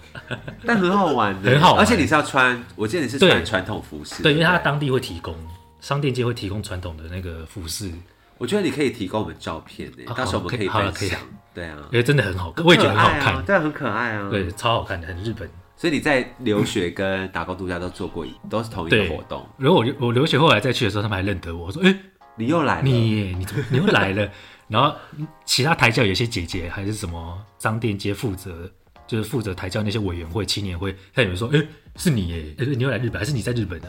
Speaker 1: 但很好玩的，
Speaker 2: 很好玩欸
Speaker 1: 而且你是要穿，我记得你是
Speaker 2: 对
Speaker 1: 穿传统服饰，
Speaker 2: 对，因为
Speaker 1: 不
Speaker 2: 它当地会提供，商店街会提供传统的那个服饰，
Speaker 1: 我觉得你可以提供我们照片呢
Speaker 2: 啊，
Speaker 1: 到时候我们可以
Speaker 2: 好
Speaker 1: 分
Speaker 2: 可以好了可以
Speaker 1: 享，对啊
Speaker 2: 因，为真的很好看，我也觉得很好
Speaker 1: 可爱啊
Speaker 2: 看，
Speaker 1: 对啊，很可爱啊，
Speaker 2: 对，超好看的，很日本。
Speaker 1: 所以你在留学跟打工度假都做过一，都是同一个
Speaker 2: 对
Speaker 1: 活动。
Speaker 2: 然后我留我留学后来再去的时候，他们还认得我，我说：“哎、
Speaker 1: 你又来了，
Speaker 2: 你你怎么你又来了？”然后其他台教有些姐姐还是什么商店街负责，就是负责台教那些委员会、青年会，他有人说：“哎、是你耶、哎你又来日本，还是你在日本呢？”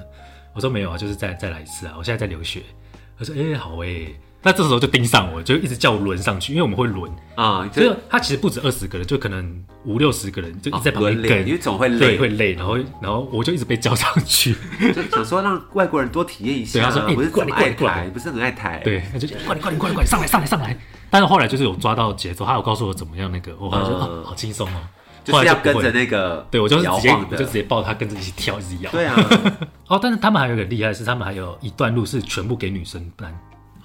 Speaker 2: 我说：“没有啊，就是再再来一次啊，我现在在留学。”他说：“哎、好哎、那这时候就盯上我，就一直叫我轮上去，因为我们会轮，
Speaker 1: 啊，
Speaker 2: 所
Speaker 1: 就
Speaker 2: 以他其实不止二十个人，就可能五六十个人，就一直在旁边
Speaker 1: 轮流，
Speaker 2: 跟，
Speaker 1: 因为总会
Speaker 2: 对，
Speaker 1: 累，
Speaker 2: 会累，然后然后我就一直被叫上去，
Speaker 1: 就想说让外国人多体验一
Speaker 2: 对
Speaker 1: 下
Speaker 2: 他说
Speaker 1: 啊。
Speaker 2: 哎
Speaker 1: 不是
Speaker 2: 过
Speaker 1: 这
Speaker 2: 来
Speaker 1: 么爱
Speaker 2: 过来过
Speaker 1: 抬，
Speaker 2: 来
Speaker 1: 不是很爱抬，，
Speaker 2: 对，哎他就快点快点快点快点上来上来上来。但是后来就是有抓到节奏，他有告诉我怎么样那个，我后来就、
Speaker 1: 嗯
Speaker 2: 哦好轻松哦，
Speaker 1: 就
Speaker 2: 后
Speaker 1: 是
Speaker 2: 来
Speaker 1: 要
Speaker 2: 就
Speaker 1: 跟
Speaker 2: 不
Speaker 1: 着
Speaker 2: 会。
Speaker 1: 那个
Speaker 2: 对，我就是
Speaker 1: 摇
Speaker 2: 直接，
Speaker 1: 晃
Speaker 2: 我就
Speaker 1: 的
Speaker 2: 直，接抱他跟着一起跳，一起摇。
Speaker 1: 对 啊，
Speaker 2: 哦，但是他们还有一个厉害的是，他们还有一段路是全部给女生搬，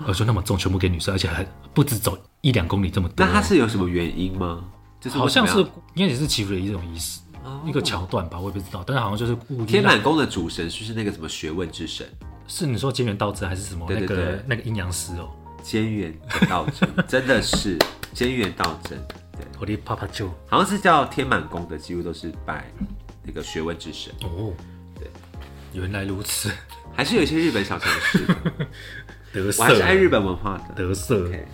Speaker 2: 而说那么重，全部给女生，而且还不止走一两公里这么多。
Speaker 1: 那他是有什么原因吗？就是为
Speaker 2: 好像
Speaker 1: 什么
Speaker 2: 是应该也是祈福的一种仪式，
Speaker 1: 哦
Speaker 2: 一个桥段吧，我也不知道。但是好像就是故意
Speaker 1: 要天
Speaker 2: 让
Speaker 1: 满宫的主神，是不是那个什么学问之神，
Speaker 2: 是你说金元道之还是什么
Speaker 1: 对
Speaker 2: 那
Speaker 1: 对
Speaker 2: 个
Speaker 1: 对
Speaker 2: 那个阴阳师哦，
Speaker 1: 监元道真，真的是监元道真，对，
Speaker 2: 我的啪啪就
Speaker 1: 好像是叫天满宫的，几乎都是拜那个学问之神，
Speaker 2: 哦，
Speaker 1: 对，
Speaker 2: 原来如此，
Speaker 1: 还是有一些日本小常识的，
Speaker 2: 得瑟
Speaker 1: 我还是爱日本文化的。
Speaker 2: 得瑟。
Speaker 1: OK，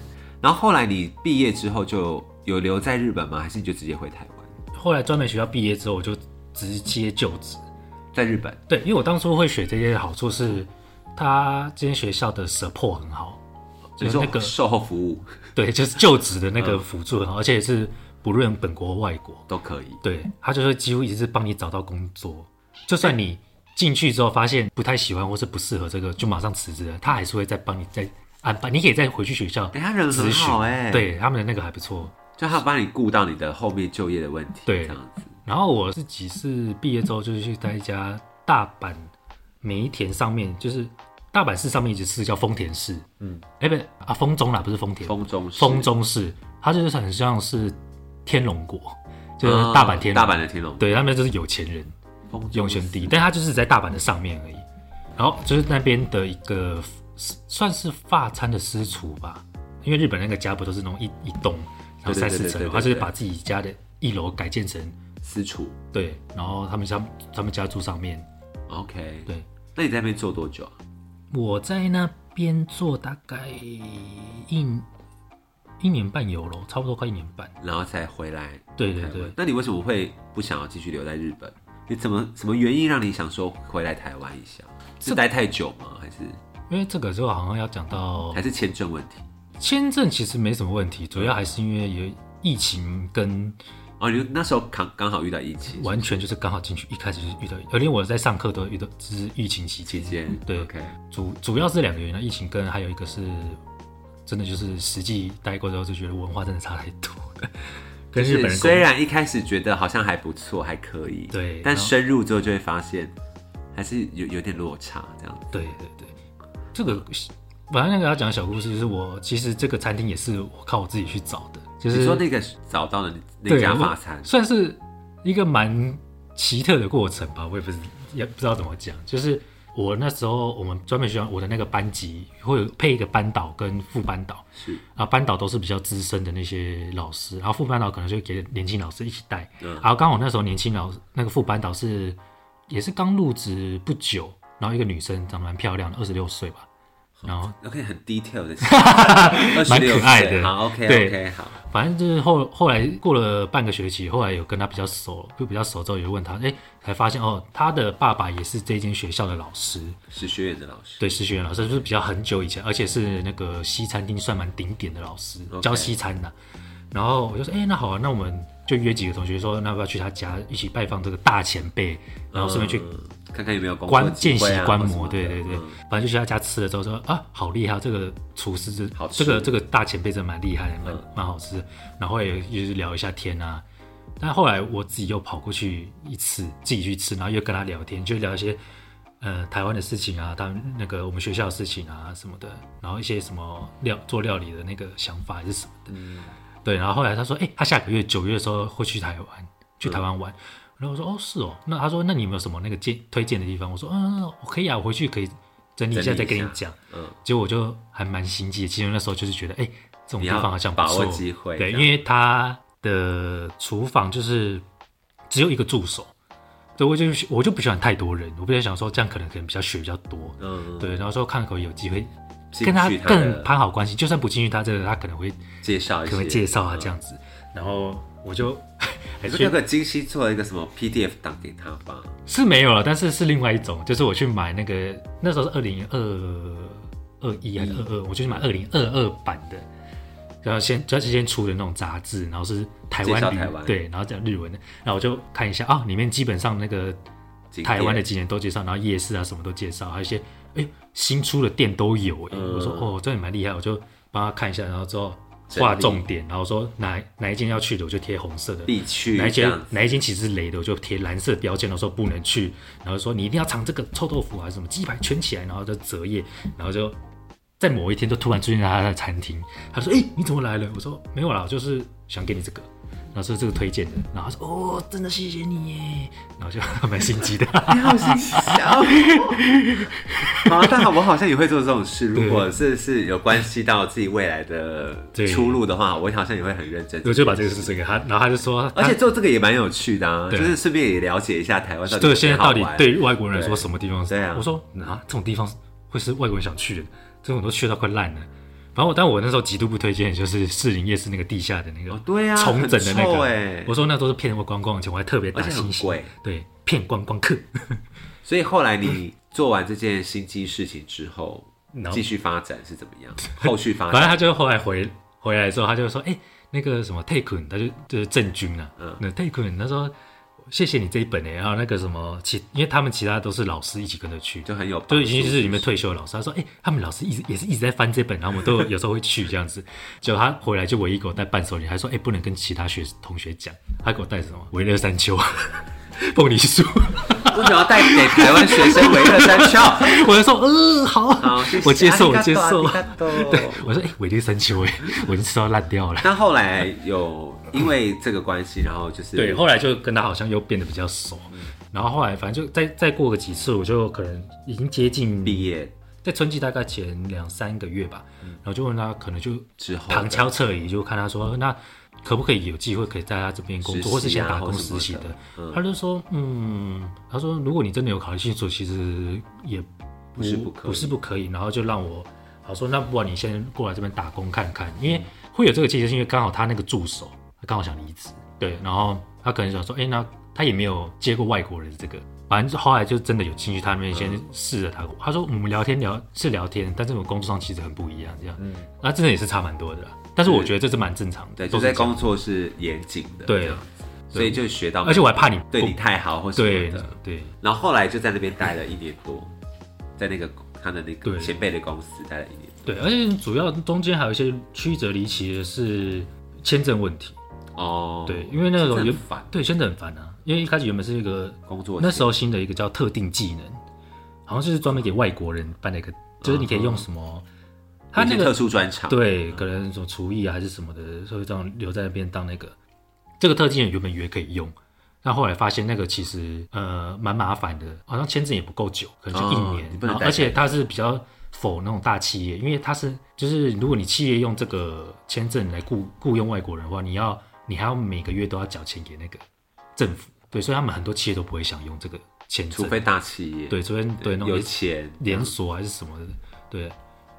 Speaker 1: 然后后来你毕业之后就有留在日本吗？还是你就直接回台湾？
Speaker 2: 后来专门学校毕业之后，我就直接就职。
Speaker 1: 在日本，
Speaker 2: 对，因为我当初会选这些的好处是，他这间学校的 support 很好，
Speaker 1: 你
Speaker 2: 就是
Speaker 1: 说
Speaker 2: 那个
Speaker 1: 售后服务
Speaker 2: 对，就是就职的那
Speaker 1: 嗯
Speaker 2: 个辅助很好，而且是不论本国或外国，
Speaker 1: 都可以。
Speaker 2: 对他就是几乎一直是帮你找到工作，就算你进去之后发现不太喜欢或是不适合这个，就马上辞职了，他还是会再帮你再安排，你可以再回去学校
Speaker 1: 哎、他人
Speaker 2: 咨
Speaker 1: 很
Speaker 2: 询
Speaker 1: 好哎、，
Speaker 2: 对他们的那个还不错。
Speaker 1: 就他帮你顾到你的后面就业的问题，
Speaker 2: 对
Speaker 1: 这样子。
Speaker 2: 然后我自己是毕业之后就是去在一家大阪梅田上面，就是大阪市上面一直是叫丰田市，嗯，哎、不啊丰中啦，不是丰田，
Speaker 1: 风中式
Speaker 2: 丰中市，它就是很像是天龙国，就是大阪天
Speaker 1: 嗯
Speaker 2: 龙，
Speaker 1: 大阪嗯的天龙，
Speaker 2: 对，他们就是有钱人
Speaker 1: 风中式
Speaker 2: 用钱地，但它就是在大阪的上面而已。然后就是那边的一个算是发餐的私厨吧，因为日本那个家不都是那种一一栋，然后
Speaker 1: 对对
Speaker 2: 三四
Speaker 1: 对对
Speaker 2: 层
Speaker 1: 对
Speaker 2: 楼，
Speaker 1: 对
Speaker 2: 他就是
Speaker 1: 对
Speaker 2: 把自己家的一楼改建成
Speaker 1: 私厨。
Speaker 2: 对，然后他们家他们家住上面，
Speaker 1: OK，
Speaker 2: 对，
Speaker 1: 那你在那边做多久啊？
Speaker 2: 我在那边做大概一一年半有咯，差不多快一年半。
Speaker 1: 然后才回来。
Speaker 2: 对对
Speaker 1: 台湾
Speaker 2: 对，
Speaker 1: 那你为什么会不想要继续留在日本？你怎么什么原因让你想说回来台湾一下？是待太久吗？还是
Speaker 2: 因为这个时候好像要讲到
Speaker 1: 还是签证问题？
Speaker 2: 签证，其实没什么问题，主要还是因为有疫情跟
Speaker 1: 哦，你就那时候刚刚好遇到疫情
Speaker 2: 完全就是刚好进去，一开始就是遇到，而连我在上课都遇到，就是疫情期
Speaker 1: 期
Speaker 2: 间，
Speaker 1: 间，
Speaker 2: 对
Speaker 1: ，OK，
Speaker 2: 主主要是两个原因，疫情跟还有一个是真的就是实际待过之后就觉得文化真的差太多了，跟日本
Speaker 1: 就是
Speaker 2: 人沟
Speaker 1: 虽然一开始觉得好像还不错，还可以，
Speaker 2: 对
Speaker 1: 但
Speaker 2: 然后
Speaker 1: 深入之后就会发现还是有有点落差这样。
Speaker 2: 对对对，这个本来那个要讲的小故事，就是我其实这个餐厅也是我靠我自己去找的，就是
Speaker 1: 你说那个找到了那
Speaker 2: 对
Speaker 1: 家
Speaker 2: 我
Speaker 1: 法餐，
Speaker 2: 算是一个蛮奇特的过程吧，我也不是也不知道怎么讲，就是。我那时候，我们专门学校我的那个班级会有配一个班导跟副班导，
Speaker 1: 是
Speaker 2: 啊，班导都是比较资深的那些老师，然后副班导可能就给年轻老师一起带。
Speaker 1: 嗯
Speaker 2: 然后刚好那时候年轻老师那个副班导是也是刚入职不久，然后一个女生长得蛮漂亮的，二十六岁吧，然后
Speaker 1: OK 很 detail 的，
Speaker 2: 蛮
Speaker 1: 蛮
Speaker 2: 可爱的
Speaker 1: 好 OK
Speaker 2: 对
Speaker 1: OK 好，
Speaker 2: 反正就是后后来过了半个学期，后来有跟他比较熟，就比较熟之后，有问他，哎，才发现哦，他的爸爸也是这间学校的老师，
Speaker 1: 是学院的老师，
Speaker 2: 对，是学院老师，就是比较很久以前，而且是那个西餐厅算蛮顶点的老师
Speaker 1: OK
Speaker 2: 教西餐的。然后我就说，哎、那好啊，那我们就约几个同学说，那要不要去他家一起拜访这个大前辈，然后顺便去
Speaker 1: 嗯看看有没有工作
Speaker 2: 观
Speaker 1: 机
Speaker 2: 见习
Speaker 1: 会啊
Speaker 2: 观
Speaker 1: 或什
Speaker 2: 摩，
Speaker 1: 么的
Speaker 2: 对对对
Speaker 1: 嗯，
Speaker 2: 反正就去他家吃了之后说啊，好厉害，这个厨师这
Speaker 1: 好吃
Speaker 2: 这个这个大前辈真的蛮厉害的，蛮
Speaker 1: 嗯
Speaker 2: 蛮好吃。然后也就是聊一下天啊，但后来我自己又跑过去一次，自己去吃，然后又跟他聊天，就聊一些呃台湾的事情啊，他们那个我们学校的事情啊什么的，然后一些什么料做料理的那个想法还是什么的，对。然后后来他说，哎、他下个月九月的时候会去台湾，去台湾玩。然后我说哦是哦，那他说那你有没有什么那个建推荐的地方？我说嗯，我可以啊，我回去可以整理一下
Speaker 1: 整理
Speaker 2: 再跟
Speaker 1: 一
Speaker 2: 你
Speaker 1: 下
Speaker 2: 讲。
Speaker 1: 嗯，
Speaker 2: 结果我就还蛮心机的，其实那时候就是觉得哎、这种
Speaker 1: 你
Speaker 2: 地
Speaker 1: 要
Speaker 2: 方好像不
Speaker 1: 把
Speaker 2: 错
Speaker 1: 握机会
Speaker 2: 对，
Speaker 1: 这
Speaker 2: 因
Speaker 1: 样
Speaker 2: 为他的厨房就是只有一个助手，对我就我就不喜欢太多人，我比较想说这样可能可能比较学比较多，
Speaker 1: 嗯，
Speaker 2: 对，然后说看可不可以有机会
Speaker 1: 进去
Speaker 2: 跟他
Speaker 1: 他的
Speaker 2: 更攀好关系，就算不进去他这个，他可能会
Speaker 1: 介绍一
Speaker 2: 可能
Speaker 1: 些
Speaker 2: 会介绍啊这
Speaker 1: 样。
Speaker 2: 样子，然后我 就还
Speaker 1: 你嗯说
Speaker 2: 去
Speaker 1: 那个金星做了一个什么 PDF 档给他吧，
Speaker 2: 是没有了，啊但是是另外一种，就是我去买那个那时候是二零二二一还
Speaker 1: 嗯
Speaker 2: 是二二，我就去买二零二二版的，然后先就是先出的那种杂志，然后是台
Speaker 1: 介绍
Speaker 2: 湾旅
Speaker 1: 台湾
Speaker 2: 对，然后讲日文的，然后我就看一下啊，里面基本上那个
Speaker 1: 景点
Speaker 2: 台湾的景点都介绍，然后夜市啊什么都介绍，还有一些哎、新出的店都有、哎、
Speaker 1: 嗯
Speaker 2: 我说哦，这里蛮厉害，我就帮他看一下，然后之后
Speaker 1: 整理
Speaker 2: 画重点，然后说哪哪一间要去的，我就贴红色的，
Speaker 1: 必去
Speaker 2: 哪一
Speaker 1: 这
Speaker 2: 间
Speaker 1: 样子，
Speaker 2: 哪一间其实是雷的，我就贴蓝色标签，然后说不能去，然后说你一定要尝这个臭豆腐啊什么鸡排圈起来，然后就折页，然后就在某一天就突然出现在他的餐厅，他说：“哎、你怎么来了？”我说：“没有啦，我就是想给你这个。”然后说这个推荐的，然后他说：“哦，真的谢谢你耶！”然后就 蛮心机的，
Speaker 1: 你好心 小。好，但好，我好像也会做这种事。如果是是有关系到自己未来的
Speaker 2: 对
Speaker 1: 出路的话，我好像也会很认真。
Speaker 2: 我就把这个事情给他，然后他就说：“
Speaker 1: 而且做这个也蛮有趣的啊，
Speaker 2: 对
Speaker 1: 就
Speaker 2: 啊
Speaker 1: 是顺便也了解一下台湾到底
Speaker 2: 对，
Speaker 1: 有
Speaker 2: 现在
Speaker 1: 多好
Speaker 2: 到底
Speaker 1: 玩
Speaker 2: 对外国人来说
Speaker 1: 对
Speaker 2: 什么地方是？
Speaker 1: 对啊
Speaker 2: 我说啊，这种地方会是外国人想去的，这种都去到快烂了。反正我，但我那时候极度不推荐，就是士林夜市那个地下的那个，
Speaker 1: 哦对啊
Speaker 2: 重整的那
Speaker 1: 很臭
Speaker 2: 个，
Speaker 1: 欸
Speaker 2: 我说那都是骗观光的钱，我还特别
Speaker 1: 而
Speaker 2: 打
Speaker 1: 且
Speaker 2: 星
Speaker 1: 很
Speaker 2: 星，
Speaker 1: 贵。
Speaker 2: 对，骗观光客，
Speaker 1: 所以后来 你做完这件心机事情之后
Speaker 2: 然，后
Speaker 1: 继续发展是怎么 样？后续发
Speaker 2: 反正
Speaker 1: 展
Speaker 2: 他就后来回回来之后，他就说：“哎、那个什么 t a k e 他就就是郑钧啊，
Speaker 1: 嗯
Speaker 2: 那 t a k e 他说谢谢你这一本哎、然后那个什么其，因为他们其他都是老师一起跟着去，
Speaker 1: 就很有帮助，
Speaker 2: 就已经是里面退休的老师，他说：“哎、他们老师一直也是一直在翻这本，然后我们都有有时候会去这样子。” 结果他回来就唯一给我带伴手礼，还说：“哎、不能跟其他学同学讲。”他给我带什么？维乐山丘、 凤梨酥。
Speaker 1: 为什么要带给台湾学生维乐山丘？
Speaker 2: 我就说：“嗯、好，
Speaker 1: 好，谢谢
Speaker 2: 我接受，我
Speaker 1: 阿
Speaker 2: 接
Speaker 1: 里嘎
Speaker 2: 受
Speaker 1: 多。阿里嘎多
Speaker 2: 对，我说：“哎、维乐山丘，哎，我已经吃到烂掉了。
Speaker 1: 那后来有因为这个关系，然后就是
Speaker 2: 对，后来就跟他好像又变得比较熟。然后后来反正就再再过个几次，我就可能已经接近
Speaker 1: 毕业
Speaker 2: 在春季大概前两三个月吧，然后就问他，可能就
Speaker 1: 嗯之后的嗯
Speaker 2: 旁敲侧击就看他说，那可不可以有机会可以在他这边工
Speaker 1: 实习
Speaker 2: 作，
Speaker 1: 啊
Speaker 2: 或是先打工实
Speaker 1: 或
Speaker 2: 习
Speaker 1: 什
Speaker 2: 的
Speaker 1: 么的？嗯
Speaker 2: 他就说，嗯，他说如果你真的有考虑清楚，其实也
Speaker 1: 不是不可以
Speaker 2: 不是不可以，然后就让我，好说那不然你先过来这边打工看看，因
Speaker 1: 嗯
Speaker 2: 为会有这个契机，是因为刚好他那个助手他刚好想离职，对，然后他可能想说，哎、那他也没有接过外国人这个。反正后来就真的有进去他那边先试着打工。他说嗯我们聊天聊是聊天，但是我们工作上其实很不一样，这样，那真的也是差蛮多的啦。但是我觉得这是蛮正常的，
Speaker 1: 嗯对，
Speaker 2: 都
Speaker 1: 就是在
Speaker 2: 这样
Speaker 1: 工作是严谨的，
Speaker 2: 对
Speaker 1: 这样子，所以就学到，
Speaker 2: 而且我还怕你
Speaker 1: 对
Speaker 2: 不
Speaker 1: 你太好或什
Speaker 2: 对
Speaker 1: 么的，
Speaker 2: 对
Speaker 1: 然后后来就在那边待了一年多，在那个他的那个
Speaker 2: 对
Speaker 1: 前辈的公司待了一年，
Speaker 2: 对，而且主要中间还有一些曲折离奇的是签证问题，
Speaker 1: 哦，
Speaker 2: 对，因为那
Speaker 1: 真的
Speaker 2: 种
Speaker 1: 很
Speaker 2: 原
Speaker 1: 烦，
Speaker 2: 对签证很烦啊，因为一开始原本是一个
Speaker 1: 工作
Speaker 2: 那时
Speaker 1: 候
Speaker 2: 候新的一个叫特定技能，好像就是专门给外国人办的一个，就是你可以用什么，他
Speaker 1: 哦
Speaker 2: 那
Speaker 1: 有一些特
Speaker 2: 个
Speaker 1: 殊专场，
Speaker 2: 对，可能什么厨艺啊还是什么的，所以这样留在那边当那个。这个特技人原本以为可以用，但后来发现那个其实呃蛮麻烦的，好像签证也不够久，可能就一
Speaker 1: 哦
Speaker 2: 年，
Speaker 1: 你不能
Speaker 2: 然后
Speaker 1: 带
Speaker 2: 而且它是比较否那种大企业，因为它是就是如果你企业用这个签证来雇雇佣外国人的话，你要你还要每个月都要缴钱给那个政府，对，所以他们很多企业都不会想用这个签
Speaker 1: 除
Speaker 2: 证，
Speaker 1: 非大企业，
Speaker 2: 对，除非对那种
Speaker 1: 有钱，嗯
Speaker 2: 连锁还是什么的，对。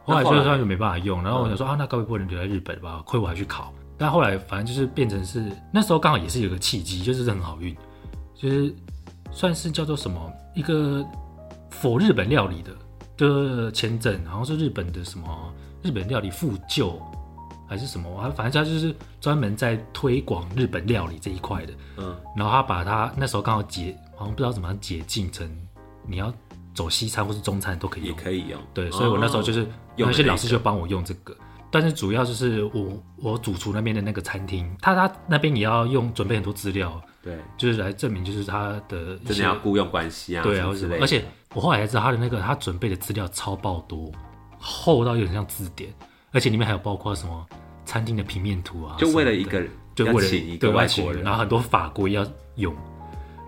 Speaker 1: 那
Speaker 2: 后来就
Speaker 1: 后来
Speaker 2: 是他就没办法用，然后我想说、啊，那该不会能留在日本吧？亏我还去考。但后来反正就是变成是那时候刚好也是有个契机，就是很好运，就是算是叫做什么一个否日本料理的的签证，好像是日本的什么日本料理复旧还是什么，啊反正他就是专门在推广日本料理这一块的。
Speaker 1: 嗯，
Speaker 2: 然后他把他那时候刚好解，好像不知道怎么样解禁成你要走西餐或是中餐都可以
Speaker 1: 也
Speaker 2: 用。
Speaker 1: 可以用，哦
Speaker 2: 对，所以我那时候就是
Speaker 1: 用
Speaker 2: 有
Speaker 1: 了
Speaker 2: 一些老师就帮我用这个，但是主要就是我我主厨那边的那个餐厅，他他那边也要用准备很多资料，
Speaker 1: 对，
Speaker 2: 就是来证明就是他的一
Speaker 1: 真的
Speaker 2: 些
Speaker 1: 要雇佣关系啊，
Speaker 2: 对
Speaker 1: 什
Speaker 2: 啊
Speaker 1: 么
Speaker 2: 或者
Speaker 1: 之
Speaker 2: 什么
Speaker 1: 类，的，
Speaker 2: 而且我后来才知道他的那个他准备的资料超爆多，厚到有点像字典，而且里面还有包括什么餐厅的平面图啊什
Speaker 1: 就
Speaker 2: 么的，
Speaker 1: 为了一个人，
Speaker 2: 就
Speaker 1: 要
Speaker 2: 为了
Speaker 1: 请一
Speaker 2: 对
Speaker 1: 个
Speaker 2: 外
Speaker 1: 外
Speaker 2: 请
Speaker 1: 国人，
Speaker 2: 然后很多法规要用。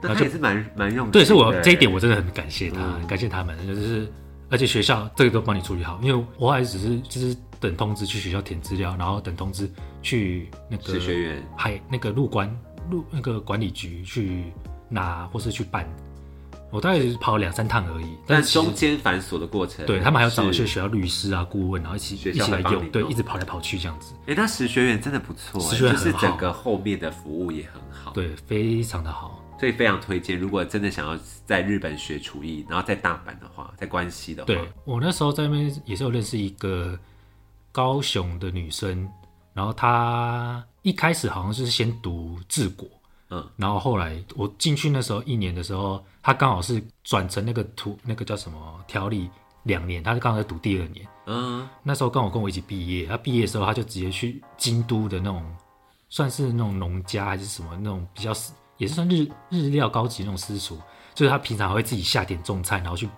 Speaker 1: 那
Speaker 2: 然后
Speaker 1: 他也是蛮蛮用心的，
Speaker 2: 对，所以我这一点我真的很感谢他，
Speaker 1: 嗯
Speaker 2: 感谢他们，就是而且学校这个都帮你处理好，因为我还只是就是等通知去学校填资料，然后等通知去那个
Speaker 1: 是学员，
Speaker 2: 海那个入关入那个管理局去拿或是去办，我大概只是跑了两三趟而已，
Speaker 1: 但
Speaker 2: 是其实
Speaker 1: 中间繁琐的过程，
Speaker 2: 对他们还要找一
Speaker 1: 是
Speaker 2: 些学校律师啊、顾问，然后一起
Speaker 1: 学
Speaker 2: 一
Speaker 1: 校
Speaker 2: 起来
Speaker 1: 会帮你
Speaker 2: 用，对，
Speaker 1: 弄
Speaker 2: 一直跑来跑去这样子，
Speaker 1: 哎、那石学院真的不错、
Speaker 2: 石
Speaker 1: 欸，
Speaker 2: 学院
Speaker 1: 就
Speaker 2: 很
Speaker 1: 是整
Speaker 2: 好
Speaker 1: 个后面的服务也很好，
Speaker 2: 对，非常的好。
Speaker 1: 所以非常推荐。如果真的想要在日本学厨艺，然后在大阪的话，在关西的话，
Speaker 2: 对我那时候在那边也是有认识一个高雄的女生，然后她一开始好像是先读治国，
Speaker 1: 嗯，
Speaker 2: 然后后来我进去那时候一年的时候，她刚好是转成那个图那个叫什么条例两年，她是刚好在读第二年，
Speaker 1: 嗯，
Speaker 2: 那时候刚好跟我一起毕业，她啊毕业的时候她就直接去京都的那种算是那种农家还是什么那种比较私也是算日日料高级那种私厨，就是她平常会自己下点种菜，然后去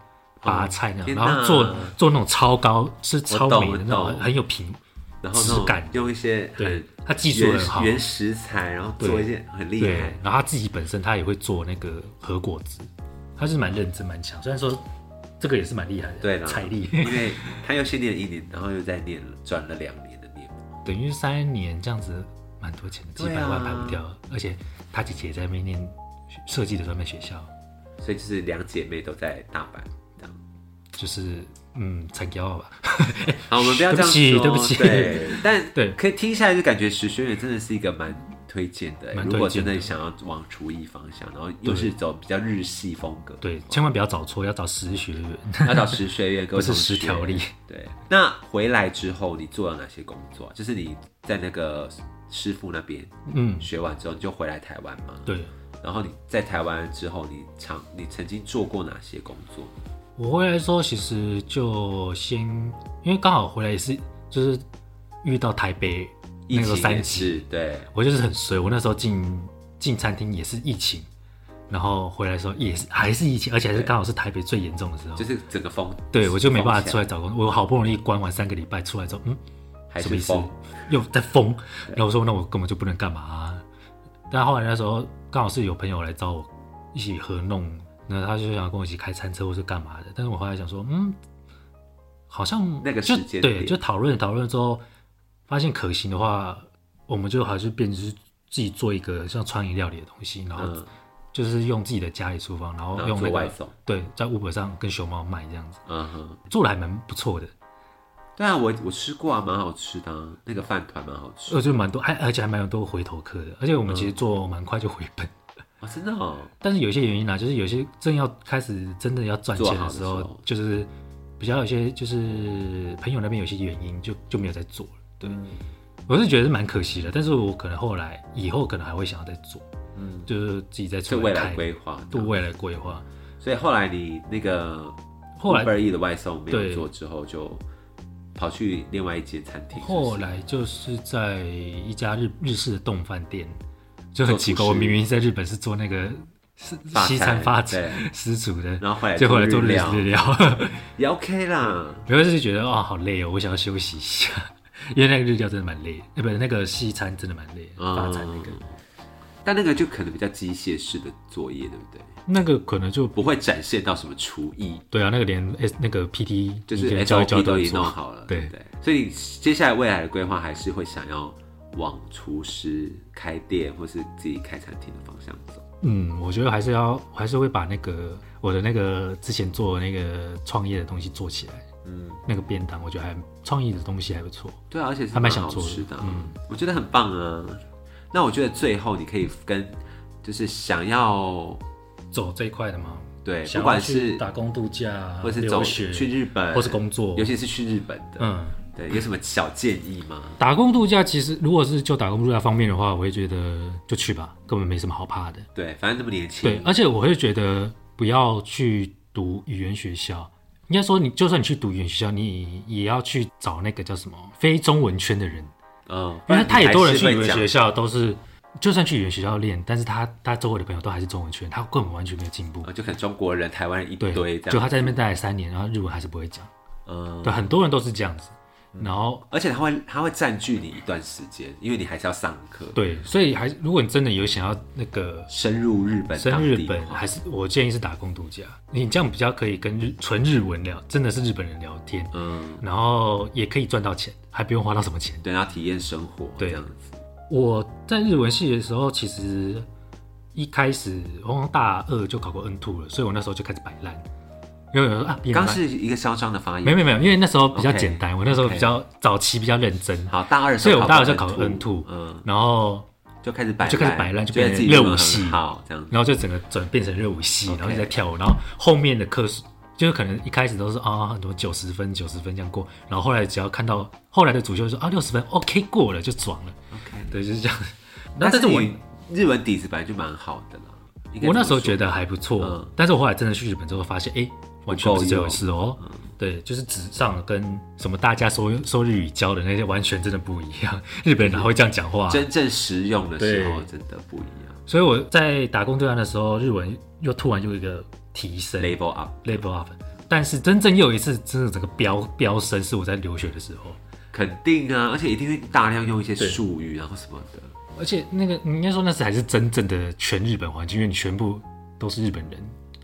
Speaker 2: 拔菜那
Speaker 1: 哦天
Speaker 2: 种，
Speaker 1: 哪
Speaker 2: 然后做做那种超高是超美
Speaker 1: 我懂我
Speaker 2: 的那种，
Speaker 1: 懂
Speaker 2: 很有品，
Speaker 1: 然后那种
Speaker 2: 质感
Speaker 1: 用一些
Speaker 2: 对
Speaker 1: 很
Speaker 2: 她技术
Speaker 1: 原
Speaker 2: 很好，
Speaker 1: 原食材，然后做一些很厉
Speaker 2: 对
Speaker 1: 害，，
Speaker 2: 然后她自己本身她也会做那个和果子，她是蛮认真蛮强，虽然说这个也是蛮厉害的，
Speaker 1: 对啦
Speaker 2: 财力，
Speaker 1: 因为他又先念了一年，然后又再念了转了两年的念，
Speaker 2: 等于三年这样子蛮多钱的，几
Speaker 1: 对啊
Speaker 2: 百万排不掉，而且她姐姐也在那边念设计的专门学校，
Speaker 1: 所以就是两姐妹都在大阪。这样
Speaker 2: 就是嗯，参加吧。
Speaker 1: 好，我们不要这样
Speaker 2: 对不起
Speaker 1: 说，
Speaker 2: 对不起
Speaker 1: 对，但
Speaker 2: 对
Speaker 1: 可以听下来就感觉石学远真的是一个蛮推荐的、
Speaker 2: 蛮推荐的
Speaker 1: 如果真的想要往厨艺方向，然后又是走比较日系风格，
Speaker 2: 对，千万不要找错，要找实学院。
Speaker 1: 要找石学院，各位
Speaker 2: 不是
Speaker 1: 同学
Speaker 2: 十条例。
Speaker 1: 对，那回来之后你做了哪些工作？就是你在那个师傅那边
Speaker 2: 嗯，
Speaker 1: 学完之后，你就回来台湾嘛？
Speaker 2: 对，
Speaker 1: 然后你在台湾之后，你常你曾经做过哪些工作？
Speaker 2: 我回来说，其实就先，因为刚好回来也是就是遇到台北那
Speaker 1: 疫
Speaker 2: 个时候
Speaker 1: 情
Speaker 2: 三
Speaker 1: 也
Speaker 2: 级，
Speaker 1: 是，对，
Speaker 2: 我就是很衰。我那时候进进餐厅也是疫情，然后回来的时候也是还是疫情，而且还是刚好是台北最严重的时候
Speaker 1: 就。是整个风，
Speaker 2: 对，我就没办法
Speaker 1: 封
Speaker 2: 出
Speaker 1: 起来，
Speaker 2: 来找工作。我好不容易关完三个礼拜出来之后，嗯，
Speaker 1: 还
Speaker 2: 什么
Speaker 1: 是
Speaker 2: 意思
Speaker 1: 风，？
Speaker 2: 又在疯。然后我说那我根本就不能干嘛、啊。但后来那时候刚好是有朋友来找我一起合弄，那他就想跟我一起开餐车或是干嘛的。但是我后来想说，嗯，好像
Speaker 1: 那个
Speaker 2: 就
Speaker 1: 时间
Speaker 2: 对，
Speaker 1: 点
Speaker 2: 就讨论讨论之后，发现可行的话，我们就还是变成是自己做一个像川饮料理的东西，然后
Speaker 1: 嗯，
Speaker 2: 就是用自己的家里厨房，然后
Speaker 1: 然后
Speaker 2: 用
Speaker 1: 做
Speaker 2: 那
Speaker 1: 外
Speaker 2: 个
Speaker 1: 送，
Speaker 2: 对，在 Uber 上跟熊猫卖这样子，
Speaker 1: 嗯哼，
Speaker 2: 做的还蛮不错的。
Speaker 1: 对啊，我我吃过啊，蛮好吃的啊、那个饭团蛮好吃，
Speaker 2: 我觉得蛮多，还而且还蛮有多回头客的，而且我们
Speaker 1: 嗯
Speaker 2: 其实做蛮快就回本，
Speaker 1: 哦，真的哦，
Speaker 2: 但是有一些原因啦、就是有些正要开始真的要赚钱的时
Speaker 1: 做好
Speaker 2: 候，
Speaker 1: 的时候
Speaker 2: 就是比较有些就是朋友那边有些原因就就没有在做了。对，我是觉得是蛮可惜的，但是我可能后来以后可能还会想要再做，
Speaker 1: 嗯，
Speaker 2: 就是自己再
Speaker 1: 是
Speaker 2: 出
Speaker 1: 未
Speaker 2: 来
Speaker 1: 来
Speaker 2: 开，
Speaker 1: 规划的，
Speaker 2: 对未来规划。
Speaker 1: 所以后来你那个
Speaker 2: 后来
Speaker 1: Uber E 的外送没有
Speaker 2: 对
Speaker 1: 做之后，就跑去另外一间餐厅，是不是
Speaker 2: 后来就是在一家日日式的冻饭店，就很奇怪，
Speaker 1: 做厨师
Speaker 2: 我明明在日本是做那个西
Speaker 1: 发财
Speaker 2: 西餐发
Speaker 1: 对
Speaker 2: 失足的，
Speaker 1: 然后 回来
Speaker 2: 最后来
Speaker 1: 做
Speaker 2: 做
Speaker 1: 日
Speaker 2: 日
Speaker 1: 料
Speaker 2: 日料，
Speaker 1: 也 OK 啦。
Speaker 2: 没有就是觉得哇好累哦，我想要休息一下，因为那个日料真的蛮累，呃不那个西餐真的蛮累，
Speaker 1: 嗯
Speaker 2: 法餐那个
Speaker 1: 但那个就可能比较机械式的作业，对不对？
Speaker 2: 那个可能就
Speaker 1: 不会展现到什么厨艺，
Speaker 2: 对啊，那个连 S 那个 PT
Speaker 1: 就
Speaker 2: 你
Speaker 1: 是哎
Speaker 2: 可能教一教
Speaker 1: SOP 都
Speaker 2: 都
Speaker 1: 已经
Speaker 2: 做
Speaker 1: 弄好了，对
Speaker 2: 对
Speaker 1: 不，对？所以你接下来未来的规划还是会想要往厨师开店或是自己开餐厅的方向走。
Speaker 2: 嗯，我觉得还是要我还是会把那个我的那个之前做的那个创业的东西做起来，
Speaker 1: 嗯，
Speaker 2: 那个便当我觉得还创意的东西还不错，
Speaker 1: 对啊，而且是
Speaker 2: 还蛮想
Speaker 1: 好
Speaker 2: 做的
Speaker 1: 吃的啊、
Speaker 2: 嗯
Speaker 1: 我觉得很棒啊。那我觉得最后你可以跟就是想要
Speaker 2: 走这一块的吗？
Speaker 1: 对，
Speaker 2: 想
Speaker 1: 不
Speaker 2: 要
Speaker 1: 管
Speaker 2: 去
Speaker 1: 是
Speaker 2: 打工度假，啊
Speaker 1: 或是走
Speaker 2: 留学
Speaker 1: 去日本，
Speaker 2: 或是工作
Speaker 1: 尤，其是去日本的，
Speaker 2: 嗯，
Speaker 1: 对，有什么小建议吗？
Speaker 2: 打工度假其实如果是就打工度假方面的话，我会觉得就去吧，根本没什么好怕的。
Speaker 1: 对，反正这么年轻，
Speaker 2: 对，而且我会觉得不要去读语言学校，应该说你就算你去读语言学校，你也要去找那个叫什么非中文圈的人，
Speaker 1: 嗯，
Speaker 2: 因为太多人去
Speaker 1: 去
Speaker 2: 语言学校都是，就算去语言学校练，但是他他周围的朋友都还是中文圈，他根本完全没有进步。
Speaker 1: 啊，就可能中国人、台湾人一
Speaker 2: 对，
Speaker 1: 堆这
Speaker 2: 就
Speaker 1: 样，
Speaker 2: 他在那边待了三年，然后日文还是不会讲。
Speaker 1: 嗯，
Speaker 2: 对，很多人都是这样子。然后
Speaker 1: 而且他会他会占据你一段时间，因为你还是要上课，，
Speaker 2: 对，所以还如果你真的有想要那个
Speaker 1: 深入日本
Speaker 2: 升
Speaker 1: 当
Speaker 2: 日
Speaker 1: 地的
Speaker 2: 本，
Speaker 1: 话，
Speaker 2: 还是我建议是打工度假，你这样比较可以跟日纯日文聊，真的是日本人聊天，
Speaker 1: 嗯，
Speaker 2: 然后也可以赚到钱，还不用花到什么钱。
Speaker 1: 对，然后体验生活
Speaker 2: 对
Speaker 1: 这样子，
Speaker 2: 我在日文系的时候，其实一开始我好像大二就考过 N two 了，所以我那时候就开始摆烂，因为我说啊，别人
Speaker 1: 刚
Speaker 2: 来
Speaker 1: 是一个嚣张的发言，
Speaker 2: 没有没有没有，因为那时候比较
Speaker 1: OK，
Speaker 2: 简单我那时候比较早期比较认真，
Speaker 1: 好，大二的时
Speaker 2: 所
Speaker 1: 候
Speaker 2: 以我大二就考
Speaker 1: 过
Speaker 2: N two，
Speaker 1: 嗯，
Speaker 2: 然后
Speaker 1: 就开始摆烂，
Speaker 2: 就开始摆烂就
Speaker 1: 觉得
Speaker 2: 变
Speaker 1: 自己
Speaker 2: 成
Speaker 1: 日
Speaker 2: 热
Speaker 1: 文
Speaker 2: 舞
Speaker 1: 很
Speaker 2: 系
Speaker 1: 好这样子，
Speaker 2: 然后就整个转变成热舞系，
Speaker 1: OK
Speaker 2: 然后一直在跳舞，然后后面的课是就是可能一开始都是啊很多九十分九十分这样过，然后后来只要看到后来的主修说啊六十分 OK 过了就爽了，
Speaker 1: OK，
Speaker 2: 对，就是这 样。
Speaker 1: 那
Speaker 2: 那但是我
Speaker 1: 你日文底子本来就蛮好的啦，应该
Speaker 2: 我
Speaker 1: 这
Speaker 2: 那
Speaker 1: 么
Speaker 2: 时候
Speaker 1: 说
Speaker 2: 觉得还不错，
Speaker 1: 嗯
Speaker 2: 但是我后来真的去日本之后发现，哎、完全
Speaker 1: 不
Speaker 2: 不
Speaker 1: 够
Speaker 2: 是这回
Speaker 1: 用嗯
Speaker 2: 事哦。对，就是纸上跟什么大家说说日语教的那些完全真的不一 样，日本人哪会这样讲话、
Speaker 1: 真正实用的时候
Speaker 2: 对
Speaker 1: 真的不一样
Speaker 2: 所以我在打工对岸的时候，日文又突然又一个提升
Speaker 1: ，level up。
Speaker 2: level up，但是真正又有一次真的整个飙飙升，是我在留学的时候，
Speaker 1: 肯定啊，而且一定会大量用一些术语，然后什么的。
Speaker 2: 而且那个你应该说那次还是真正的全日本环境，因为你全部都是日本人，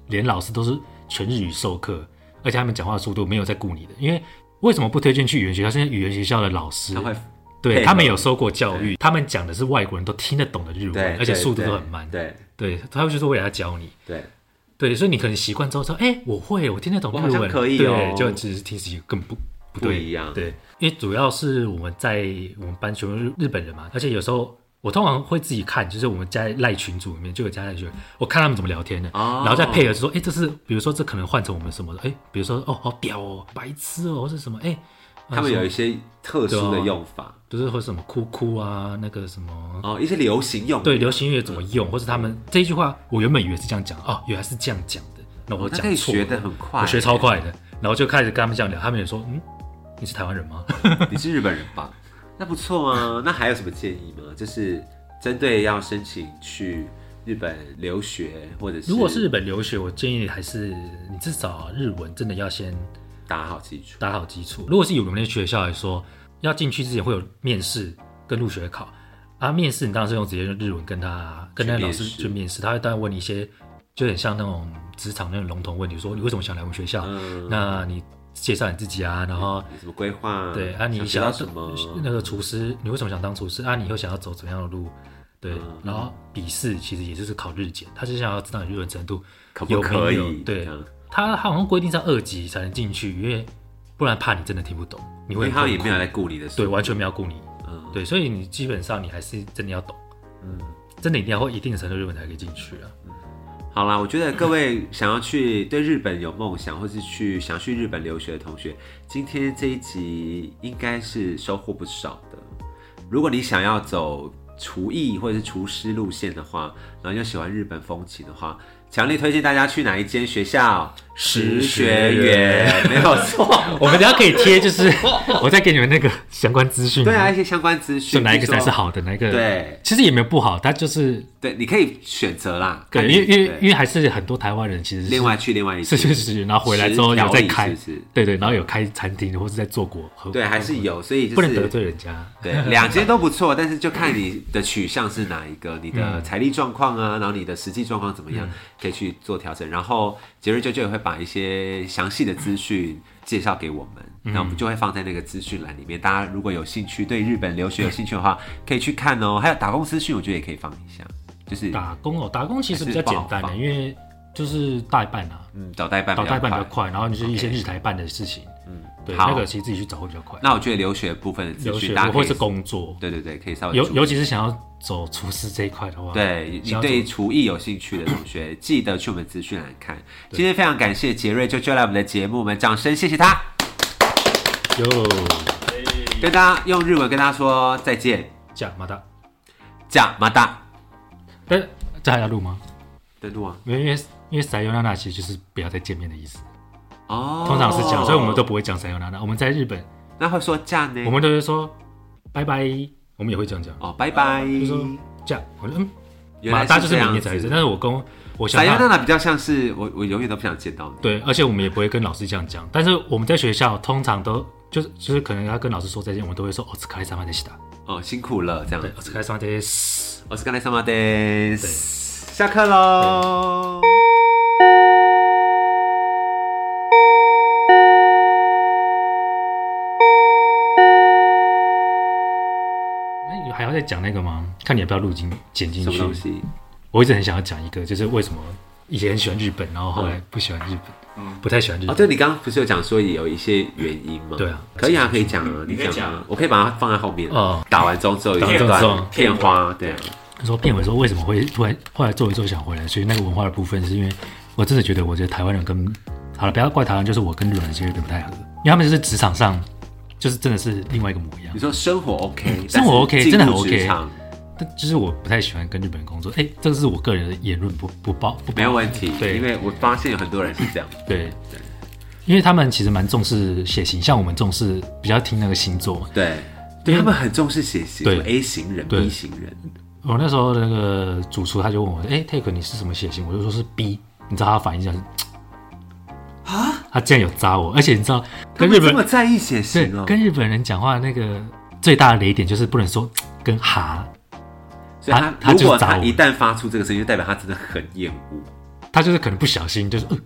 Speaker 2: 连老师都是全日语授课，而且他们讲话的速度没有在顾你的。因为为什么不推荐去语言学校？是因为语言学校的老师
Speaker 1: 他会配
Speaker 2: 对
Speaker 1: 合
Speaker 2: 他们有受过教育，他们讲的是外国人都听得懂的日
Speaker 1: 对，
Speaker 2: 文，而且
Speaker 1: 对
Speaker 2: 速度都很慢。
Speaker 1: 对
Speaker 2: 对，他们就是为了要教你。
Speaker 1: 对，
Speaker 2: 对，所以你可能习惯之后说，哎、我会，我听得懂
Speaker 1: 我
Speaker 2: 日
Speaker 1: 好像
Speaker 2: 文，
Speaker 1: 可以哦
Speaker 2: 对，就其实听自己更不不对
Speaker 1: 不一样
Speaker 2: 对，因为主要是我们在我们班全部日日本人嘛，而且有时候我通常会自己看，就是我们加在赖群组里面就有加赖群，我看他们怎么聊天的，
Speaker 1: 哦
Speaker 2: 然后再配合说，哎、这是比如说这可能换成我们什么的，哎、比如说哦，好屌哦，白痴哦，或是什么，哎、
Speaker 1: 他们有一些特殊
Speaker 2: 啊
Speaker 1: 的用法
Speaker 2: 就是或什么哭哭啊，那个什么。
Speaker 1: 哦，一些流行用语
Speaker 2: 对流行音乐怎么用，或是他们这一句话，我原本以为是这样讲，哦，原来是这样讲的，那我
Speaker 1: 哦那
Speaker 2: 讲
Speaker 1: 可以
Speaker 2: 错
Speaker 1: 学
Speaker 2: 了。
Speaker 1: 的很快，
Speaker 2: 我学超。快的，然后就开始跟他们这样聊，他们也说，嗯，你是台湾人 吗？
Speaker 1: 你是日本人吧？ 那不错啊。那还有什么建议吗？就是针对要申请去日本留学，或者是
Speaker 2: 如果是日本留学，我建议还是你至少日文真的要先
Speaker 1: 打好基础，
Speaker 2: 打好基础。如果是有名的学校来说，要进去之前会有面试跟入学考，啊，面试你当然是用直接用日文跟他跟那
Speaker 1: 去面
Speaker 2: 老师
Speaker 1: 试
Speaker 2: 去面试，他会当然问你一些就很像那种职场那种笼统问题，说你为什么想来我们学校？
Speaker 1: 嗯，
Speaker 2: 那你介绍你自己啊，然后
Speaker 1: 有什么规划？
Speaker 2: 对啊，你
Speaker 1: 嗯想
Speaker 2: 要呃
Speaker 1: 学到什么？
Speaker 2: 那个厨师，你为什么想当厨师啊？你以后想要走怎样的路？对，
Speaker 1: 嗯
Speaker 2: 然后笔试其实也就是考日检，他是想要知道你日文程度
Speaker 1: 可不
Speaker 2: 有
Speaker 1: 可
Speaker 2: 没有
Speaker 1: 以？
Speaker 2: 对
Speaker 1: 这，样
Speaker 2: 他他好像规定在二级才能进去，因为不然怕你真的听不懂，你
Speaker 1: 因
Speaker 2: 会
Speaker 1: 为
Speaker 2: 很
Speaker 1: 他们也
Speaker 2: 痛
Speaker 1: 没
Speaker 2: 苦
Speaker 1: 有来顾你的，
Speaker 2: 对，完全没有顾你。
Speaker 1: 嗯，
Speaker 2: 对，所以你基本上你还是真的要懂，
Speaker 1: 嗯。
Speaker 2: 真的一定要会一定的程度日文才可以进去啊。
Speaker 1: 好啦，我觉得各位想要去对日本有梦想，或是去想去日本留学的同学，今天这一集应该是收获不少的。如果你想要走厨艺或者是厨师路线的话，然后又喜欢日本风情的话，强烈推荐大家去哪一间学校？
Speaker 2: 实
Speaker 1: 学
Speaker 2: 学
Speaker 1: 园，
Speaker 2: 园
Speaker 1: 没有错。
Speaker 2: 我们等一下可以贴，就是 我再给你们那个相关资讯。
Speaker 1: 对啊，，一些相关资
Speaker 2: 就
Speaker 1: 讯，
Speaker 2: 哪一个
Speaker 1: 比如
Speaker 2: 才
Speaker 1: 说
Speaker 2: 是？好的，哪一个
Speaker 1: 对
Speaker 2: 其实也没有不好，它就是
Speaker 1: 对，你可以选择啦，
Speaker 2: 对，
Speaker 1: 个
Speaker 2: 啊因为
Speaker 1: 人
Speaker 2: 因为
Speaker 1: 对
Speaker 2: 因为还是很多台湾人其实是
Speaker 1: 另外去另外一
Speaker 2: 是
Speaker 1: 间
Speaker 2: 是是，然后回来之后有
Speaker 1: 调
Speaker 2: 在
Speaker 1: 理
Speaker 2: 开，
Speaker 1: 是不是
Speaker 2: 对对，然后有开餐厅或是在做过，和
Speaker 1: 对，还是有，所以就是
Speaker 2: 不能得罪人家。
Speaker 1: 对，两间都不错，但是就看你的取向是哪一个，你
Speaker 2: 嗯
Speaker 1: 的财力状况啊，然后你的实际状况怎么样，可以去做调整。然后杰瑞舅舅也会把一些详细的资讯介绍给我们，那我
Speaker 2: 嗯
Speaker 1: 们就会放在那个资讯栏里面。大家如果有兴趣，对日本留学有兴趣的话，可以去看哦。还有打工资讯，我觉得也可以放一下，就是
Speaker 2: 打工哦，打工其实比
Speaker 1: 还
Speaker 2: 较
Speaker 1: 是不
Speaker 2: 简
Speaker 1: 好
Speaker 2: 单的，
Speaker 1: 放
Speaker 2: 因为就是代办啊，
Speaker 1: 嗯，找代办
Speaker 2: 找
Speaker 1: 比
Speaker 2: 代
Speaker 1: 较
Speaker 2: 办比较
Speaker 1: 快。
Speaker 2: 快，然后就是一些
Speaker 1: OK
Speaker 2: 日台办的事情，嗯，对，
Speaker 1: 好
Speaker 2: 那个其实自己去找会比较快。
Speaker 1: 那我觉得留学部分的资
Speaker 2: 留
Speaker 1: 讯，
Speaker 2: 学
Speaker 1: 大家可
Speaker 2: 或
Speaker 1: 以
Speaker 2: 是工作，
Speaker 1: 对对对，可以稍微
Speaker 2: 尤
Speaker 1: 注意
Speaker 2: 尤其是想要走厨师这一块的话，
Speaker 1: 对你
Speaker 2: 想要
Speaker 1: 对
Speaker 2: 走
Speaker 1: 厨艺有兴趣的同学，记得去我们资讯栏看。今天非常感谢杰瑞就就来我们的节目，我们掌声谢谢他，
Speaker 2: 嗯哟，
Speaker 1: 跟大家用日文跟大家说再见，
Speaker 2: 讲马达，
Speaker 1: 讲马达
Speaker 2: 但这还要录吗？
Speaker 1: 的路啊，
Speaker 2: 没有因为因为塞尤娜娜其实就是不要再见面的意思，
Speaker 1: 哦，嗯
Speaker 2: 通常是这样，所以我们都不会讲塞尤娜娜。我们在日本，
Speaker 1: 那会说价呢，
Speaker 2: 我们都会说拜拜，我们也会这样讲，
Speaker 1: 哦拜拜，
Speaker 2: 就说这样，我说嗯，
Speaker 1: 原
Speaker 2: 马
Speaker 1: 来
Speaker 2: 达就是
Speaker 1: 这
Speaker 2: 明
Speaker 1: 样
Speaker 2: 年才
Speaker 1: 子
Speaker 2: 是，。但是我跟我想
Speaker 1: 撒
Speaker 2: 他
Speaker 1: 亚娜娜比较像是我，我永远都不想见到你。
Speaker 2: 对，而且我们也不会跟老师这样讲，但是我们在学校通常都就是就是可能要跟老师说再见，我们都会说お疲れ様でした，
Speaker 1: 哦，辛苦了，这样
Speaker 2: 对，お疲れ様です。
Speaker 1: 我是刚才上马的，下课喽。
Speaker 2: 那你还要再讲那个吗？看你要不要录进剪进
Speaker 1: 什么东
Speaker 2: 去。
Speaker 1: 西？
Speaker 2: 我一直很想要讲一个，就是为什么以前很喜欢日本，然后后来不喜欢日本，不太喜欢日
Speaker 1: 嗯哦，
Speaker 2: 本。
Speaker 1: 对，你刚刚不是有讲说有一些原因吗？
Speaker 2: 对啊
Speaker 1: 可以啊，可以讲啊，你
Speaker 3: 可以
Speaker 1: 讲
Speaker 3: 讲
Speaker 1: 啊
Speaker 3: 啊，
Speaker 1: 我可以把它放在后面。
Speaker 2: 哦
Speaker 1: 打完钟之后有一
Speaker 2: 打完钟之后
Speaker 1: 段片花，对啊，
Speaker 2: 他说片尾说为什么会突然后来做一做想回来，所以那个文化的部分是因为我真的觉得，我觉得台湾人跟好了，不要怪台湾，就是我跟日本人其实有点不太合，因为他们就是职场上就是真的是另外一个模样
Speaker 1: 你。说生活 OK，
Speaker 2: 嗯生活 OK，
Speaker 1: 但是进入
Speaker 2: 真的很 OK
Speaker 1: 职场
Speaker 2: 但就是我不太喜欢跟日本人工作，哎、这个是我个人的言论，不不包不包
Speaker 1: 没有问题，
Speaker 2: 嗯对
Speaker 1: 因为我发现有很多人是这样，
Speaker 2: 对，因为他们其实蛮重视血型，像我们重视比较听那个星座，
Speaker 1: 对，
Speaker 2: 对
Speaker 1: 他们很重视血型
Speaker 2: 对
Speaker 1: 什么，A 型人、
Speaker 2: 对
Speaker 1: B 型人，
Speaker 2: 我那时候的那个主厨他就问我，哎、t a k e 你是什么血型？我就说是 B，你知道他的反应这样是啊，他竟然有扎我，而且你知道跟
Speaker 1: 他们
Speaker 2: 日本
Speaker 1: 这么在意血型
Speaker 2: 对
Speaker 1: 哦，
Speaker 2: 跟日本人讲话那个最大的雷点就是不能说跟哈，
Speaker 1: 所以他
Speaker 2: 他他就是
Speaker 1: 如果
Speaker 2: 找
Speaker 1: 他
Speaker 2: 我
Speaker 1: 一旦发出这个声音，就代表他真的很厌恶，
Speaker 2: 他就是可能不小心就是、呃、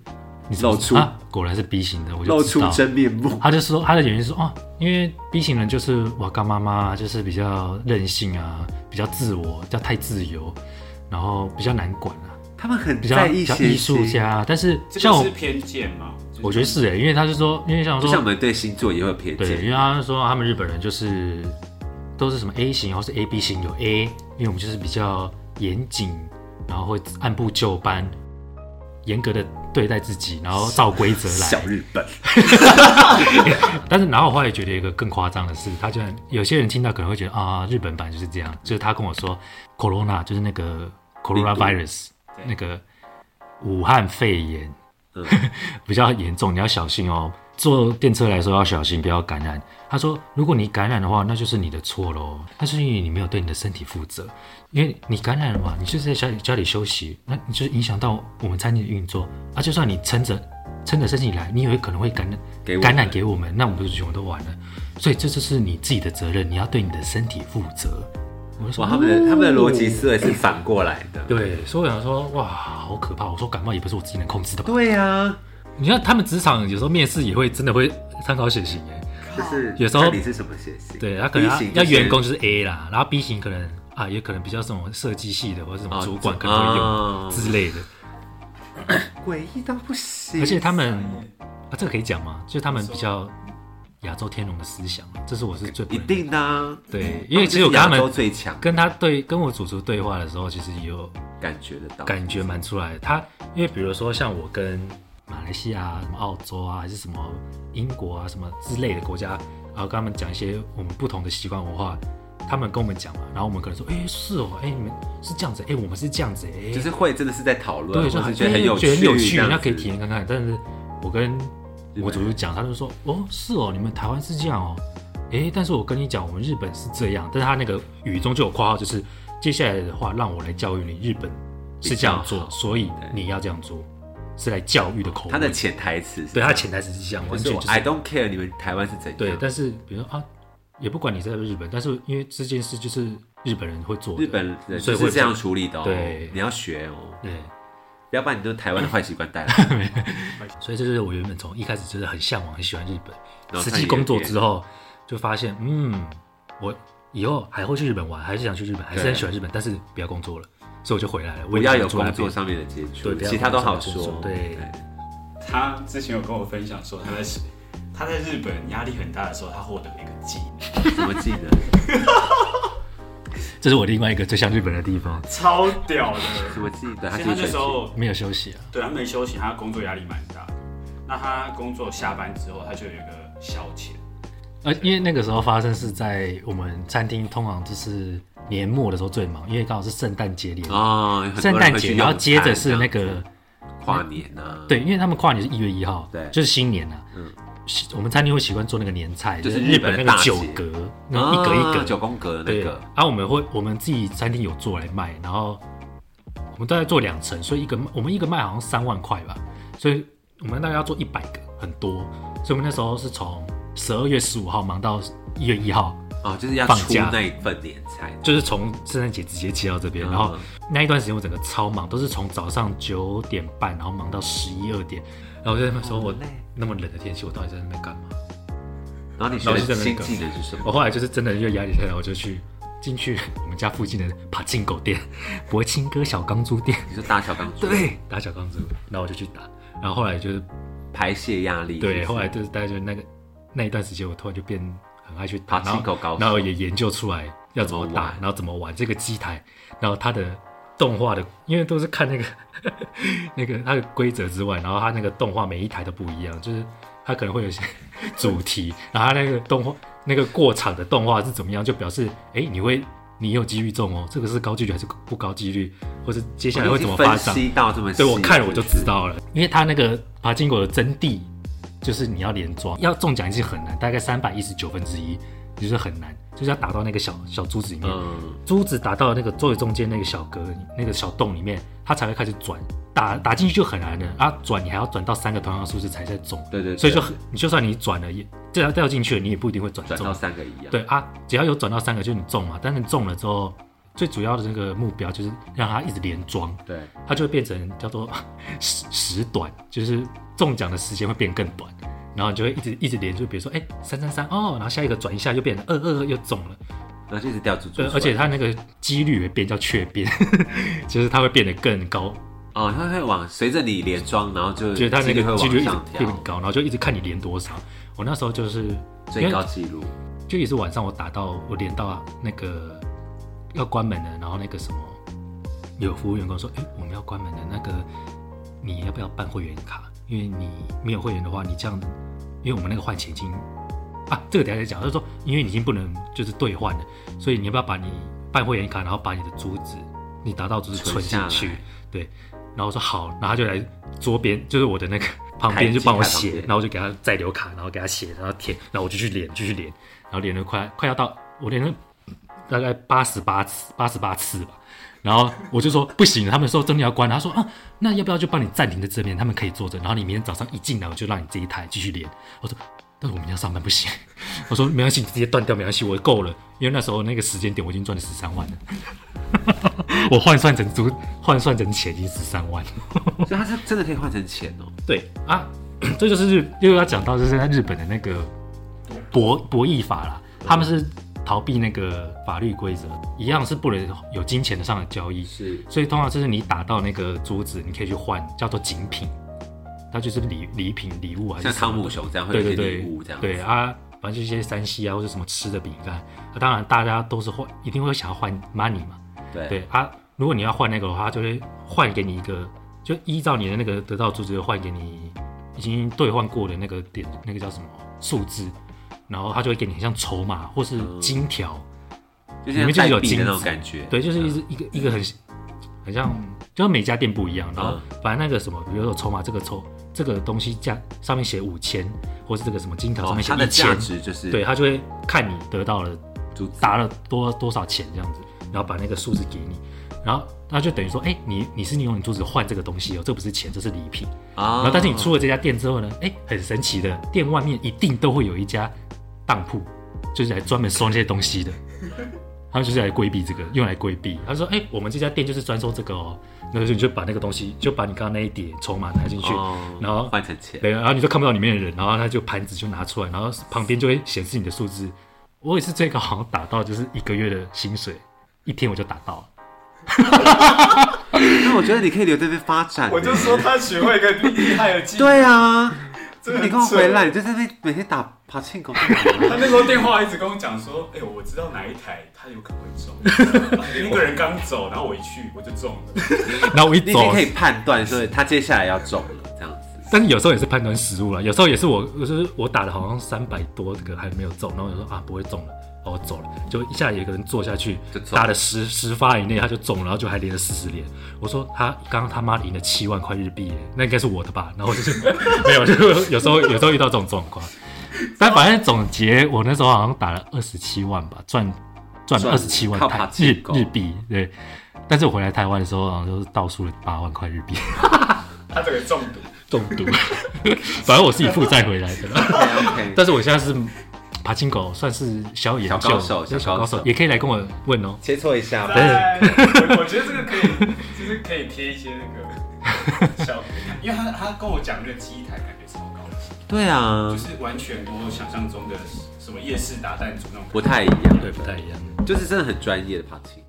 Speaker 2: 你怎么
Speaker 1: 露出
Speaker 2: 啊，果然是 B 型的，我就
Speaker 1: 露
Speaker 2: 知
Speaker 1: 出
Speaker 2: 道。
Speaker 1: 真面目，
Speaker 2: 他就说他的原因是说哦，因为 B 型人就是瓦干妈妈，就是比较任性啊，比较自我，叫太自由，然后比较难管啊，
Speaker 1: 他们很
Speaker 2: 比较
Speaker 1: 在意
Speaker 2: 比较
Speaker 1: 血
Speaker 2: 艺术
Speaker 1: 型。
Speaker 2: 家啊。但是
Speaker 3: 这
Speaker 2: 像
Speaker 3: 个
Speaker 2: 我
Speaker 3: 是，偏见嘛？
Speaker 2: 我觉得是哎，因为他就说，因为像
Speaker 1: 就像我
Speaker 2: 说，
Speaker 1: 们对星座也会有偏
Speaker 2: 对，因
Speaker 1: 见，
Speaker 2: 为他就说他们日本人就是都是什么 A 型，然后是 A B 型有 A，因为我们就是比较严谨，然后会按部就班，严格的对待自己，然后照规则 来。
Speaker 1: 小日本。
Speaker 2: 但是然后我后来觉得有一个更夸张的是，他居然有些人听到可能会觉得啊，日本版就是这样，就是他跟我说 corona 就是那个 coronavirus
Speaker 3: 对
Speaker 2: 那个武汉肺炎，
Speaker 1: 嗯
Speaker 2: 比较严重，你要小心哦。坐电车来说要小心，不要感染。他说，如果你感染的话，那就是你的错喽，那是因为你没有对你的身体负责，因为你感染了嘛，你就是在家里家里休息，那你就是影响到我们餐厅的运作啊。就算你撑着撑着身体来，你也有可能会感染
Speaker 1: 给我们
Speaker 2: 感染给我们，那我们不是全部都完了？所以这就是你自己的责任，你要对你的身体负责。我就说
Speaker 1: 哇，他们的他们的逻辑
Speaker 2: 哦
Speaker 1: 思维是反过来的。
Speaker 2: 对，所以我想说，哇，好可怕！我说感冒也不是我自己能控制的吧？
Speaker 1: 对啊呀，
Speaker 2: 你看他们职场有时候面试也会真的会参考血型哎，
Speaker 1: 就是
Speaker 2: 有时候
Speaker 1: 看你是什么血型，
Speaker 2: 对他可能
Speaker 1: B
Speaker 2: 要
Speaker 1: 型
Speaker 2: 要
Speaker 1: 就是
Speaker 2: 员工就是 A 啦，然后 B 型可能啊也可能比较什么设计系的或者什么
Speaker 1: 哦
Speaker 2: 啊主管可啊能会
Speaker 1: 哦
Speaker 2: 用之类的，
Speaker 1: 诡异到不行，
Speaker 2: 而且他们啊这个可以讲吗？就是他们比较亚洲天龙的思想，这是我是最不
Speaker 1: 一
Speaker 2: 能
Speaker 1: 定的啊，
Speaker 2: 对，因为其实我跟他
Speaker 1: 亚洲
Speaker 2: 们
Speaker 1: 最强
Speaker 2: 跟他对跟我主厨对话的时候，其实也有
Speaker 1: 感觉得到，
Speaker 2: 感觉蛮出来的。他因为比如说像我跟马来西亚、啊、什么澳洲啊，还是什么英国啊、什么之类的国家，然后跟他们讲一些我们不同的习惯文化，他们跟我们讲嘛，然后我们可能说，哎、是哦，哎、你们是这样子，哎、我们是这样子，哎、
Speaker 1: 就是会真的是在讨论，
Speaker 2: 对，
Speaker 1: 或
Speaker 2: 就很
Speaker 1: 是觉得很有
Speaker 2: 觉得很有趣，
Speaker 1: 这样
Speaker 2: 那可以
Speaker 1: 子
Speaker 2: 体验看看。但是我跟
Speaker 1: 日
Speaker 2: 我
Speaker 1: 本
Speaker 2: 主
Speaker 1: 人
Speaker 2: 任讲，他就说，哦，是哦，你们台湾是这样哦，诶，但是我跟你讲，我们日本是这样，但是他那个语中就有括号，就是接下来的话让我来教育你，日本是这样
Speaker 1: 比较
Speaker 2: 做
Speaker 1: 好，
Speaker 2: 所以你要这样做，是来教育的口
Speaker 1: 他的
Speaker 2: 吻。
Speaker 1: 潜台词是
Speaker 2: 对，他
Speaker 1: 这
Speaker 2: 的
Speaker 1: 样
Speaker 2: 潜台词是这样，
Speaker 1: 就啊
Speaker 2: 完
Speaker 1: 是
Speaker 2: 全
Speaker 1: 我
Speaker 2: 就是
Speaker 1: I don't care 你们台湾是怎样，
Speaker 2: 对，但是比如说啊，也不管你在日本，但是因为这件事就是日本人会做的，
Speaker 1: 日本人就
Speaker 2: 所以会
Speaker 1: 是这样处理的哦，
Speaker 2: 对
Speaker 1: 你要学哦，
Speaker 2: 对，
Speaker 1: 不要把你的台湾的坏习惯带来。
Speaker 2: 所以这就是我原本从一开始就是很向往、很喜欢日本，
Speaker 1: 然后
Speaker 2: 实
Speaker 1: 看
Speaker 2: 际
Speaker 1: 也
Speaker 2: 工作
Speaker 1: 变
Speaker 2: 之后就发现，嗯，我以后还会去日本玩，还是想去日本，还是很喜欢日本，但是不要工作了，所以我就回来了，我
Speaker 1: 啊不
Speaker 2: 也
Speaker 1: 要
Speaker 2: 想
Speaker 1: 有
Speaker 2: 出来
Speaker 1: 工作
Speaker 2: 变
Speaker 1: 上面的接触
Speaker 2: 对，不要
Speaker 1: 其他都
Speaker 2: 工作
Speaker 1: 好
Speaker 2: 上面的接
Speaker 1: 说
Speaker 2: 触。对
Speaker 3: 他之前有跟我分享说，他在他在日本压力很大的时候，他获得了一个技能，
Speaker 1: 什么技 能？
Speaker 2: 这是我另外一个最像日本的地方，
Speaker 3: 超屌的。
Speaker 1: 什么技能？他是
Speaker 3: 其实他那时候
Speaker 2: 没有休息啊，
Speaker 3: 对他没休息，他工作压力蛮大。那他工作下班之后，他就有一个消遣，
Speaker 2: 呃，因为那个时候发生是在我们餐厅，通常就是年末的时候最忙，因为刚好是圣诞节连。
Speaker 1: 哦，有很多
Speaker 2: 圣
Speaker 1: 人
Speaker 2: 诞
Speaker 1: 会去
Speaker 2: 节，
Speaker 1: 用
Speaker 2: 然后接着是
Speaker 1: 餐
Speaker 2: 那
Speaker 1: 这样
Speaker 2: 个
Speaker 1: 子跨年啊，，
Speaker 2: 对，因为他们跨年是一月一号，
Speaker 1: 对
Speaker 2: 就是新年呐、啊。
Speaker 1: 嗯
Speaker 2: 是我们餐厅会习惯做那个年菜，
Speaker 1: 就是
Speaker 2: 日
Speaker 1: 日本
Speaker 2: 那
Speaker 1: 的
Speaker 2: 个
Speaker 1: 大
Speaker 2: 九
Speaker 1: 节啊
Speaker 2: 格，那种一格一格
Speaker 1: 九宫格的
Speaker 2: 对，
Speaker 1: 那
Speaker 2: 然
Speaker 1: 个，
Speaker 2: 后、我们会我们自己餐厅有做来卖，然后我们大概做两层，所以一个我们一个卖好像三万块吧，所以我们大概要做一百个，很多，所以我们那时候是从十二月十五号忙到一月一号，
Speaker 1: 哦，就是要
Speaker 2: 放
Speaker 1: 出
Speaker 2: 假
Speaker 1: 那一份年菜。
Speaker 2: 就是从圣诞节直接接到这边，
Speaker 1: 嗯
Speaker 2: 然后那一段时间我整个超忙，都是从早上九点半，然后忙到十一二点，然后我就在那边说，我
Speaker 1: 好累
Speaker 2: 那么冷的天气，我到底在那边干嘛？
Speaker 1: 然后你学
Speaker 2: 然后
Speaker 1: 的
Speaker 2: 是这
Speaker 1: 新
Speaker 2: 个哦
Speaker 1: 技能是什么？
Speaker 2: 我后来就是真的因为压力太大，我就去进去我们家附近的爬进狗店、博清哥小钢珠店，
Speaker 1: 你说打小钢珠，，
Speaker 2: 对，打小钢珠，然后我就去打，然后后来就是
Speaker 1: 排泄压力是不是。
Speaker 2: 对，后来就是大概就是那个那一段时间，我突然就变很爱去
Speaker 1: 爬
Speaker 2: 打，然后
Speaker 1: 进狗高手
Speaker 2: 然后也研究出来要怎么
Speaker 1: 怎么
Speaker 2: 打，
Speaker 1: 玩
Speaker 2: 然后怎么玩这个机台，然后它的动画的，因为都是看那个 那个它的规则之外，然后它那个动画每一台都不一样，就是它可能会有一些 主题，然后它那个动画那个过场的动画是怎么样，就表示哎、诶你会。你有几率中哦，这个是高几率还是不高几率，或是接下来
Speaker 1: 我
Speaker 2: 会
Speaker 1: 已
Speaker 2: 怎
Speaker 1: 经
Speaker 2: 么发
Speaker 1: 分
Speaker 2: 展？
Speaker 1: 析到这么细，
Speaker 2: 对我看了我就
Speaker 1: 就是
Speaker 2: 知道了，因为他那个爬金狗的真谛就是你要连装，要中奖已经很难，大概三百一十九分之一，就是很难，就是要打到那个小小珠子里面，
Speaker 1: 嗯，
Speaker 2: 珠子打到那个座位中间那个小格那个小洞里面，它才会开始转，打打进去就很难了啊，转你还要转到三个同样的数字才在中，
Speaker 1: 对对对
Speaker 2: 所以就很你就算你转了也，这要掉进去了，你也不一定会转
Speaker 1: 转
Speaker 2: 中
Speaker 1: 到，三个一样。
Speaker 2: 对啊，只要有转到三个就是你中嘛，但是你中了之后，最主要的那个目标就是让它一直连装。
Speaker 1: 对，
Speaker 2: 它就会变成叫做 时时短，就是中奖的时间会变更短，然后你就会一直一直连，就比如说哎三三三哦，然后下一个转一下又变成二二二又中了，
Speaker 1: 然后就一直掉珠珠出
Speaker 2: 对
Speaker 1: 来。，
Speaker 2: 而且它那个几率也变叫确变， 就是它会变得更高，
Speaker 1: 哦，它会往随着你连装，然后就
Speaker 2: 就是它那
Speaker 1: 几率
Speaker 2: 个几
Speaker 1: 会往
Speaker 2: 率一直
Speaker 1: 上
Speaker 2: 变很
Speaker 1: 调，
Speaker 2: 高，然后就一直看你连多少。我那时候就是
Speaker 1: 最高纪录。
Speaker 2: 就也是晚上我打到我连到那个呃要关门了，然后那个呃什么有服务员跟我说，哎、我们要关门了，那个你要不要办会员卡？因为你没有会员的话，你这样，因为我们那个换钱已经啊，这个等一下再讲，就是说因为你已经不能就是兑换了，所以你要不要把你办会员卡，然后把你的珠子，你打到珠子存进
Speaker 1: 存下
Speaker 2: 去
Speaker 1: 来，
Speaker 2: 对，然后我说好，然后他就来桌边，就是我的那个 旁边
Speaker 1: 台
Speaker 2: 就
Speaker 1: 阶
Speaker 2: 帮我
Speaker 1: 台旁
Speaker 2: 写，
Speaker 1: 边
Speaker 2: 然后我就给他再留卡，然后给他写，然后填，然后我就去连，继续连，然后连了快快要到我连了大概八十八次，八十八次吧。然后我就说不行，他们说真的要关了。他说啊，那要不要就帮你暂停在这边？他们可以坐着，然后你明天早上一进来，我就让你这一台继续连。我说，但是我明天要上班不行。 我说没关系，你直接断掉没关系，我够了，因为那时候那个时间点我已经赚了十三万了， 我换算成租换算成钱已经十三万了。
Speaker 1: 所以它是真的可以换成钱哦。
Speaker 2: 对啊， 这就是日又要讲到就是在日本的那个博博弈法啦，他们是逃避那个法律规则，一样是不能有金钱上的交易，
Speaker 1: 是
Speaker 2: 所以通常就是你打到那个珠子，你可以去换叫做景品，它就是礼礼品、礼物还是
Speaker 1: 像
Speaker 2: 什么
Speaker 1: 汤
Speaker 2: 的
Speaker 1: 姆熊这样会有
Speaker 2: 对
Speaker 1: 一些
Speaker 2: 对
Speaker 1: 礼
Speaker 2: 对
Speaker 1: 物这样，
Speaker 2: 对，啊，反正就一些山西啊或者什么吃的饼干，啊、当然大家都是换，一定会想要换 money 嘛，
Speaker 1: 对
Speaker 2: 对啊，如果你要换那个的话，它就会换给你一个，就依照你的那个得到数值换给你已经兑换过的那个点，那个叫什么数字，然后它就会给你很像筹码或是金条，
Speaker 1: 就
Speaker 2: 里
Speaker 1: 像
Speaker 2: 面就是
Speaker 1: 代
Speaker 2: 有
Speaker 1: 币的那
Speaker 2: 金
Speaker 1: 种
Speaker 2: 子
Speaker 1: 感觉。
Speaker 2: 对，就是
Speaker 1: 嗯
Speaker 2: 一直一个一个很很像，就是每家店不一样。然
Speaker 1: 嗯
Speaker 2: 后反正那个什么，比如说筹码这个筹这个东西价上面写五千，或是这个什么金条上
Speaker 1: 哦，
Speaker 2: 面写
Speaker 1: 它的
Speaker 2: 一
Speaker 1: 价
Speaker 2: 千，
Speaker 1: 值就是
Speaker 2: 对啊他就会看你得到了
Speaker 1: 珠子
Speaker 2: 达了多多少钱这样子，然后把那个数字给你，然后那就等于说，哎、你你是你用你珠子换这个东西哦，这不是钱，这是礼品。
Speaker 1: 啊
Speaker 2: 然后但是你出了这家店之后呢，哎、很神奇的，店外面一定都会有一家当铺，就是来专门收那些东西 的。他们就是来规避这个，用来规避。他说：“哎、我们这家店就是专收这个哦。”那就是你就把那个东西，就把你刚刚那一叠筹码拿进去，
Speaker 1: 哦
Speaker 2: 然后
Speaker 1: 换成钱，
Speaker 2: 对，然后你就看不到里面的人，然后他就盘子就拿出来，然后旁边就会显示你的数字。我也是最高好像打到就是一个月的薪水，一天我就打到了。
Speaker 1: 那我觉得你可以留这边发展。
Speaker 3: 我就说他学会一个厉害的技能，
Speaker 1: 对啊，
Speaker 3: 真的
Speaker 1: 你
Speaker 3: 很
Speaker 1: 跟我
Speaker 3: 扯
Speaker 1: 回来，你就在那边每天打爬庆 功。
Speaker 3: 他那时候电话一直跟我讲说，哎、我知道哪一台他有可能会中，然后那个人刚走，然后我一去我就中了，
Speaker 2: 然后我一
Speaker 1: 你已经
Speaker 2: 走
Speaker 1: 可，以判断说他接下来要中了，这样子。
Speaker 2: 但是有时候也是判断失误了，有时候也是我就是我打了好像三百多这个还没有中，然后我就说啊不会中了，然后我走了，就一下有一个人坐下去
Speaker 1: 就中了
Speaker 2: 打了十十发以内他就中了，然后就还连了四十连。我说他刚刚他妈的赢了七万块日币耶，那应该是我的吧？然后我就是没有，就是有时候有时候遇到这种状况，但反正总结我那时候好像打了二十七万吧，赚赚了
Speaker 1: 赚
Speaker 2: 二十七万
Speaker 1: 靠
Speaker 2: 台
Speaker 1: 爬进
Speaker 2: 日
Speaker 1: 狗
Speaker 2: 日币对。但是我回来台湾的时候，好像就是倒数了八万块日币。
Speaker 3: 他整个中毒。
Speaker 2: 中毒， 反正我自己负债回来 的啦。
Speaker 1: OK，
Speaker 2: 但是我现在是爬金狗，算是小研究，
Speaker 1: 小高手
Speaker 2: 对
Speaker 1: 小
Speaker 2: 小
Speaker 1: 高
Speaker 2: 高
Speaker 1: 手
Speaker 2: 手，也可以来跟我问哦。
Speaker 1: 切磋一下吧。
Speaker 3: 哎我 我觉得这个可以，就是可以贴一些那个小，因为他他跟我讲那个机台感觉超高级，
Speaker 1: 对啊
Speaker 3: 就，是完全跟我想象中的什么夜市打弹珠那种感觉。
Speaker 1: 不太一样，
Speaker 2: 对，不太一样。
Speaker 1: 就是真的很专业的爬庆。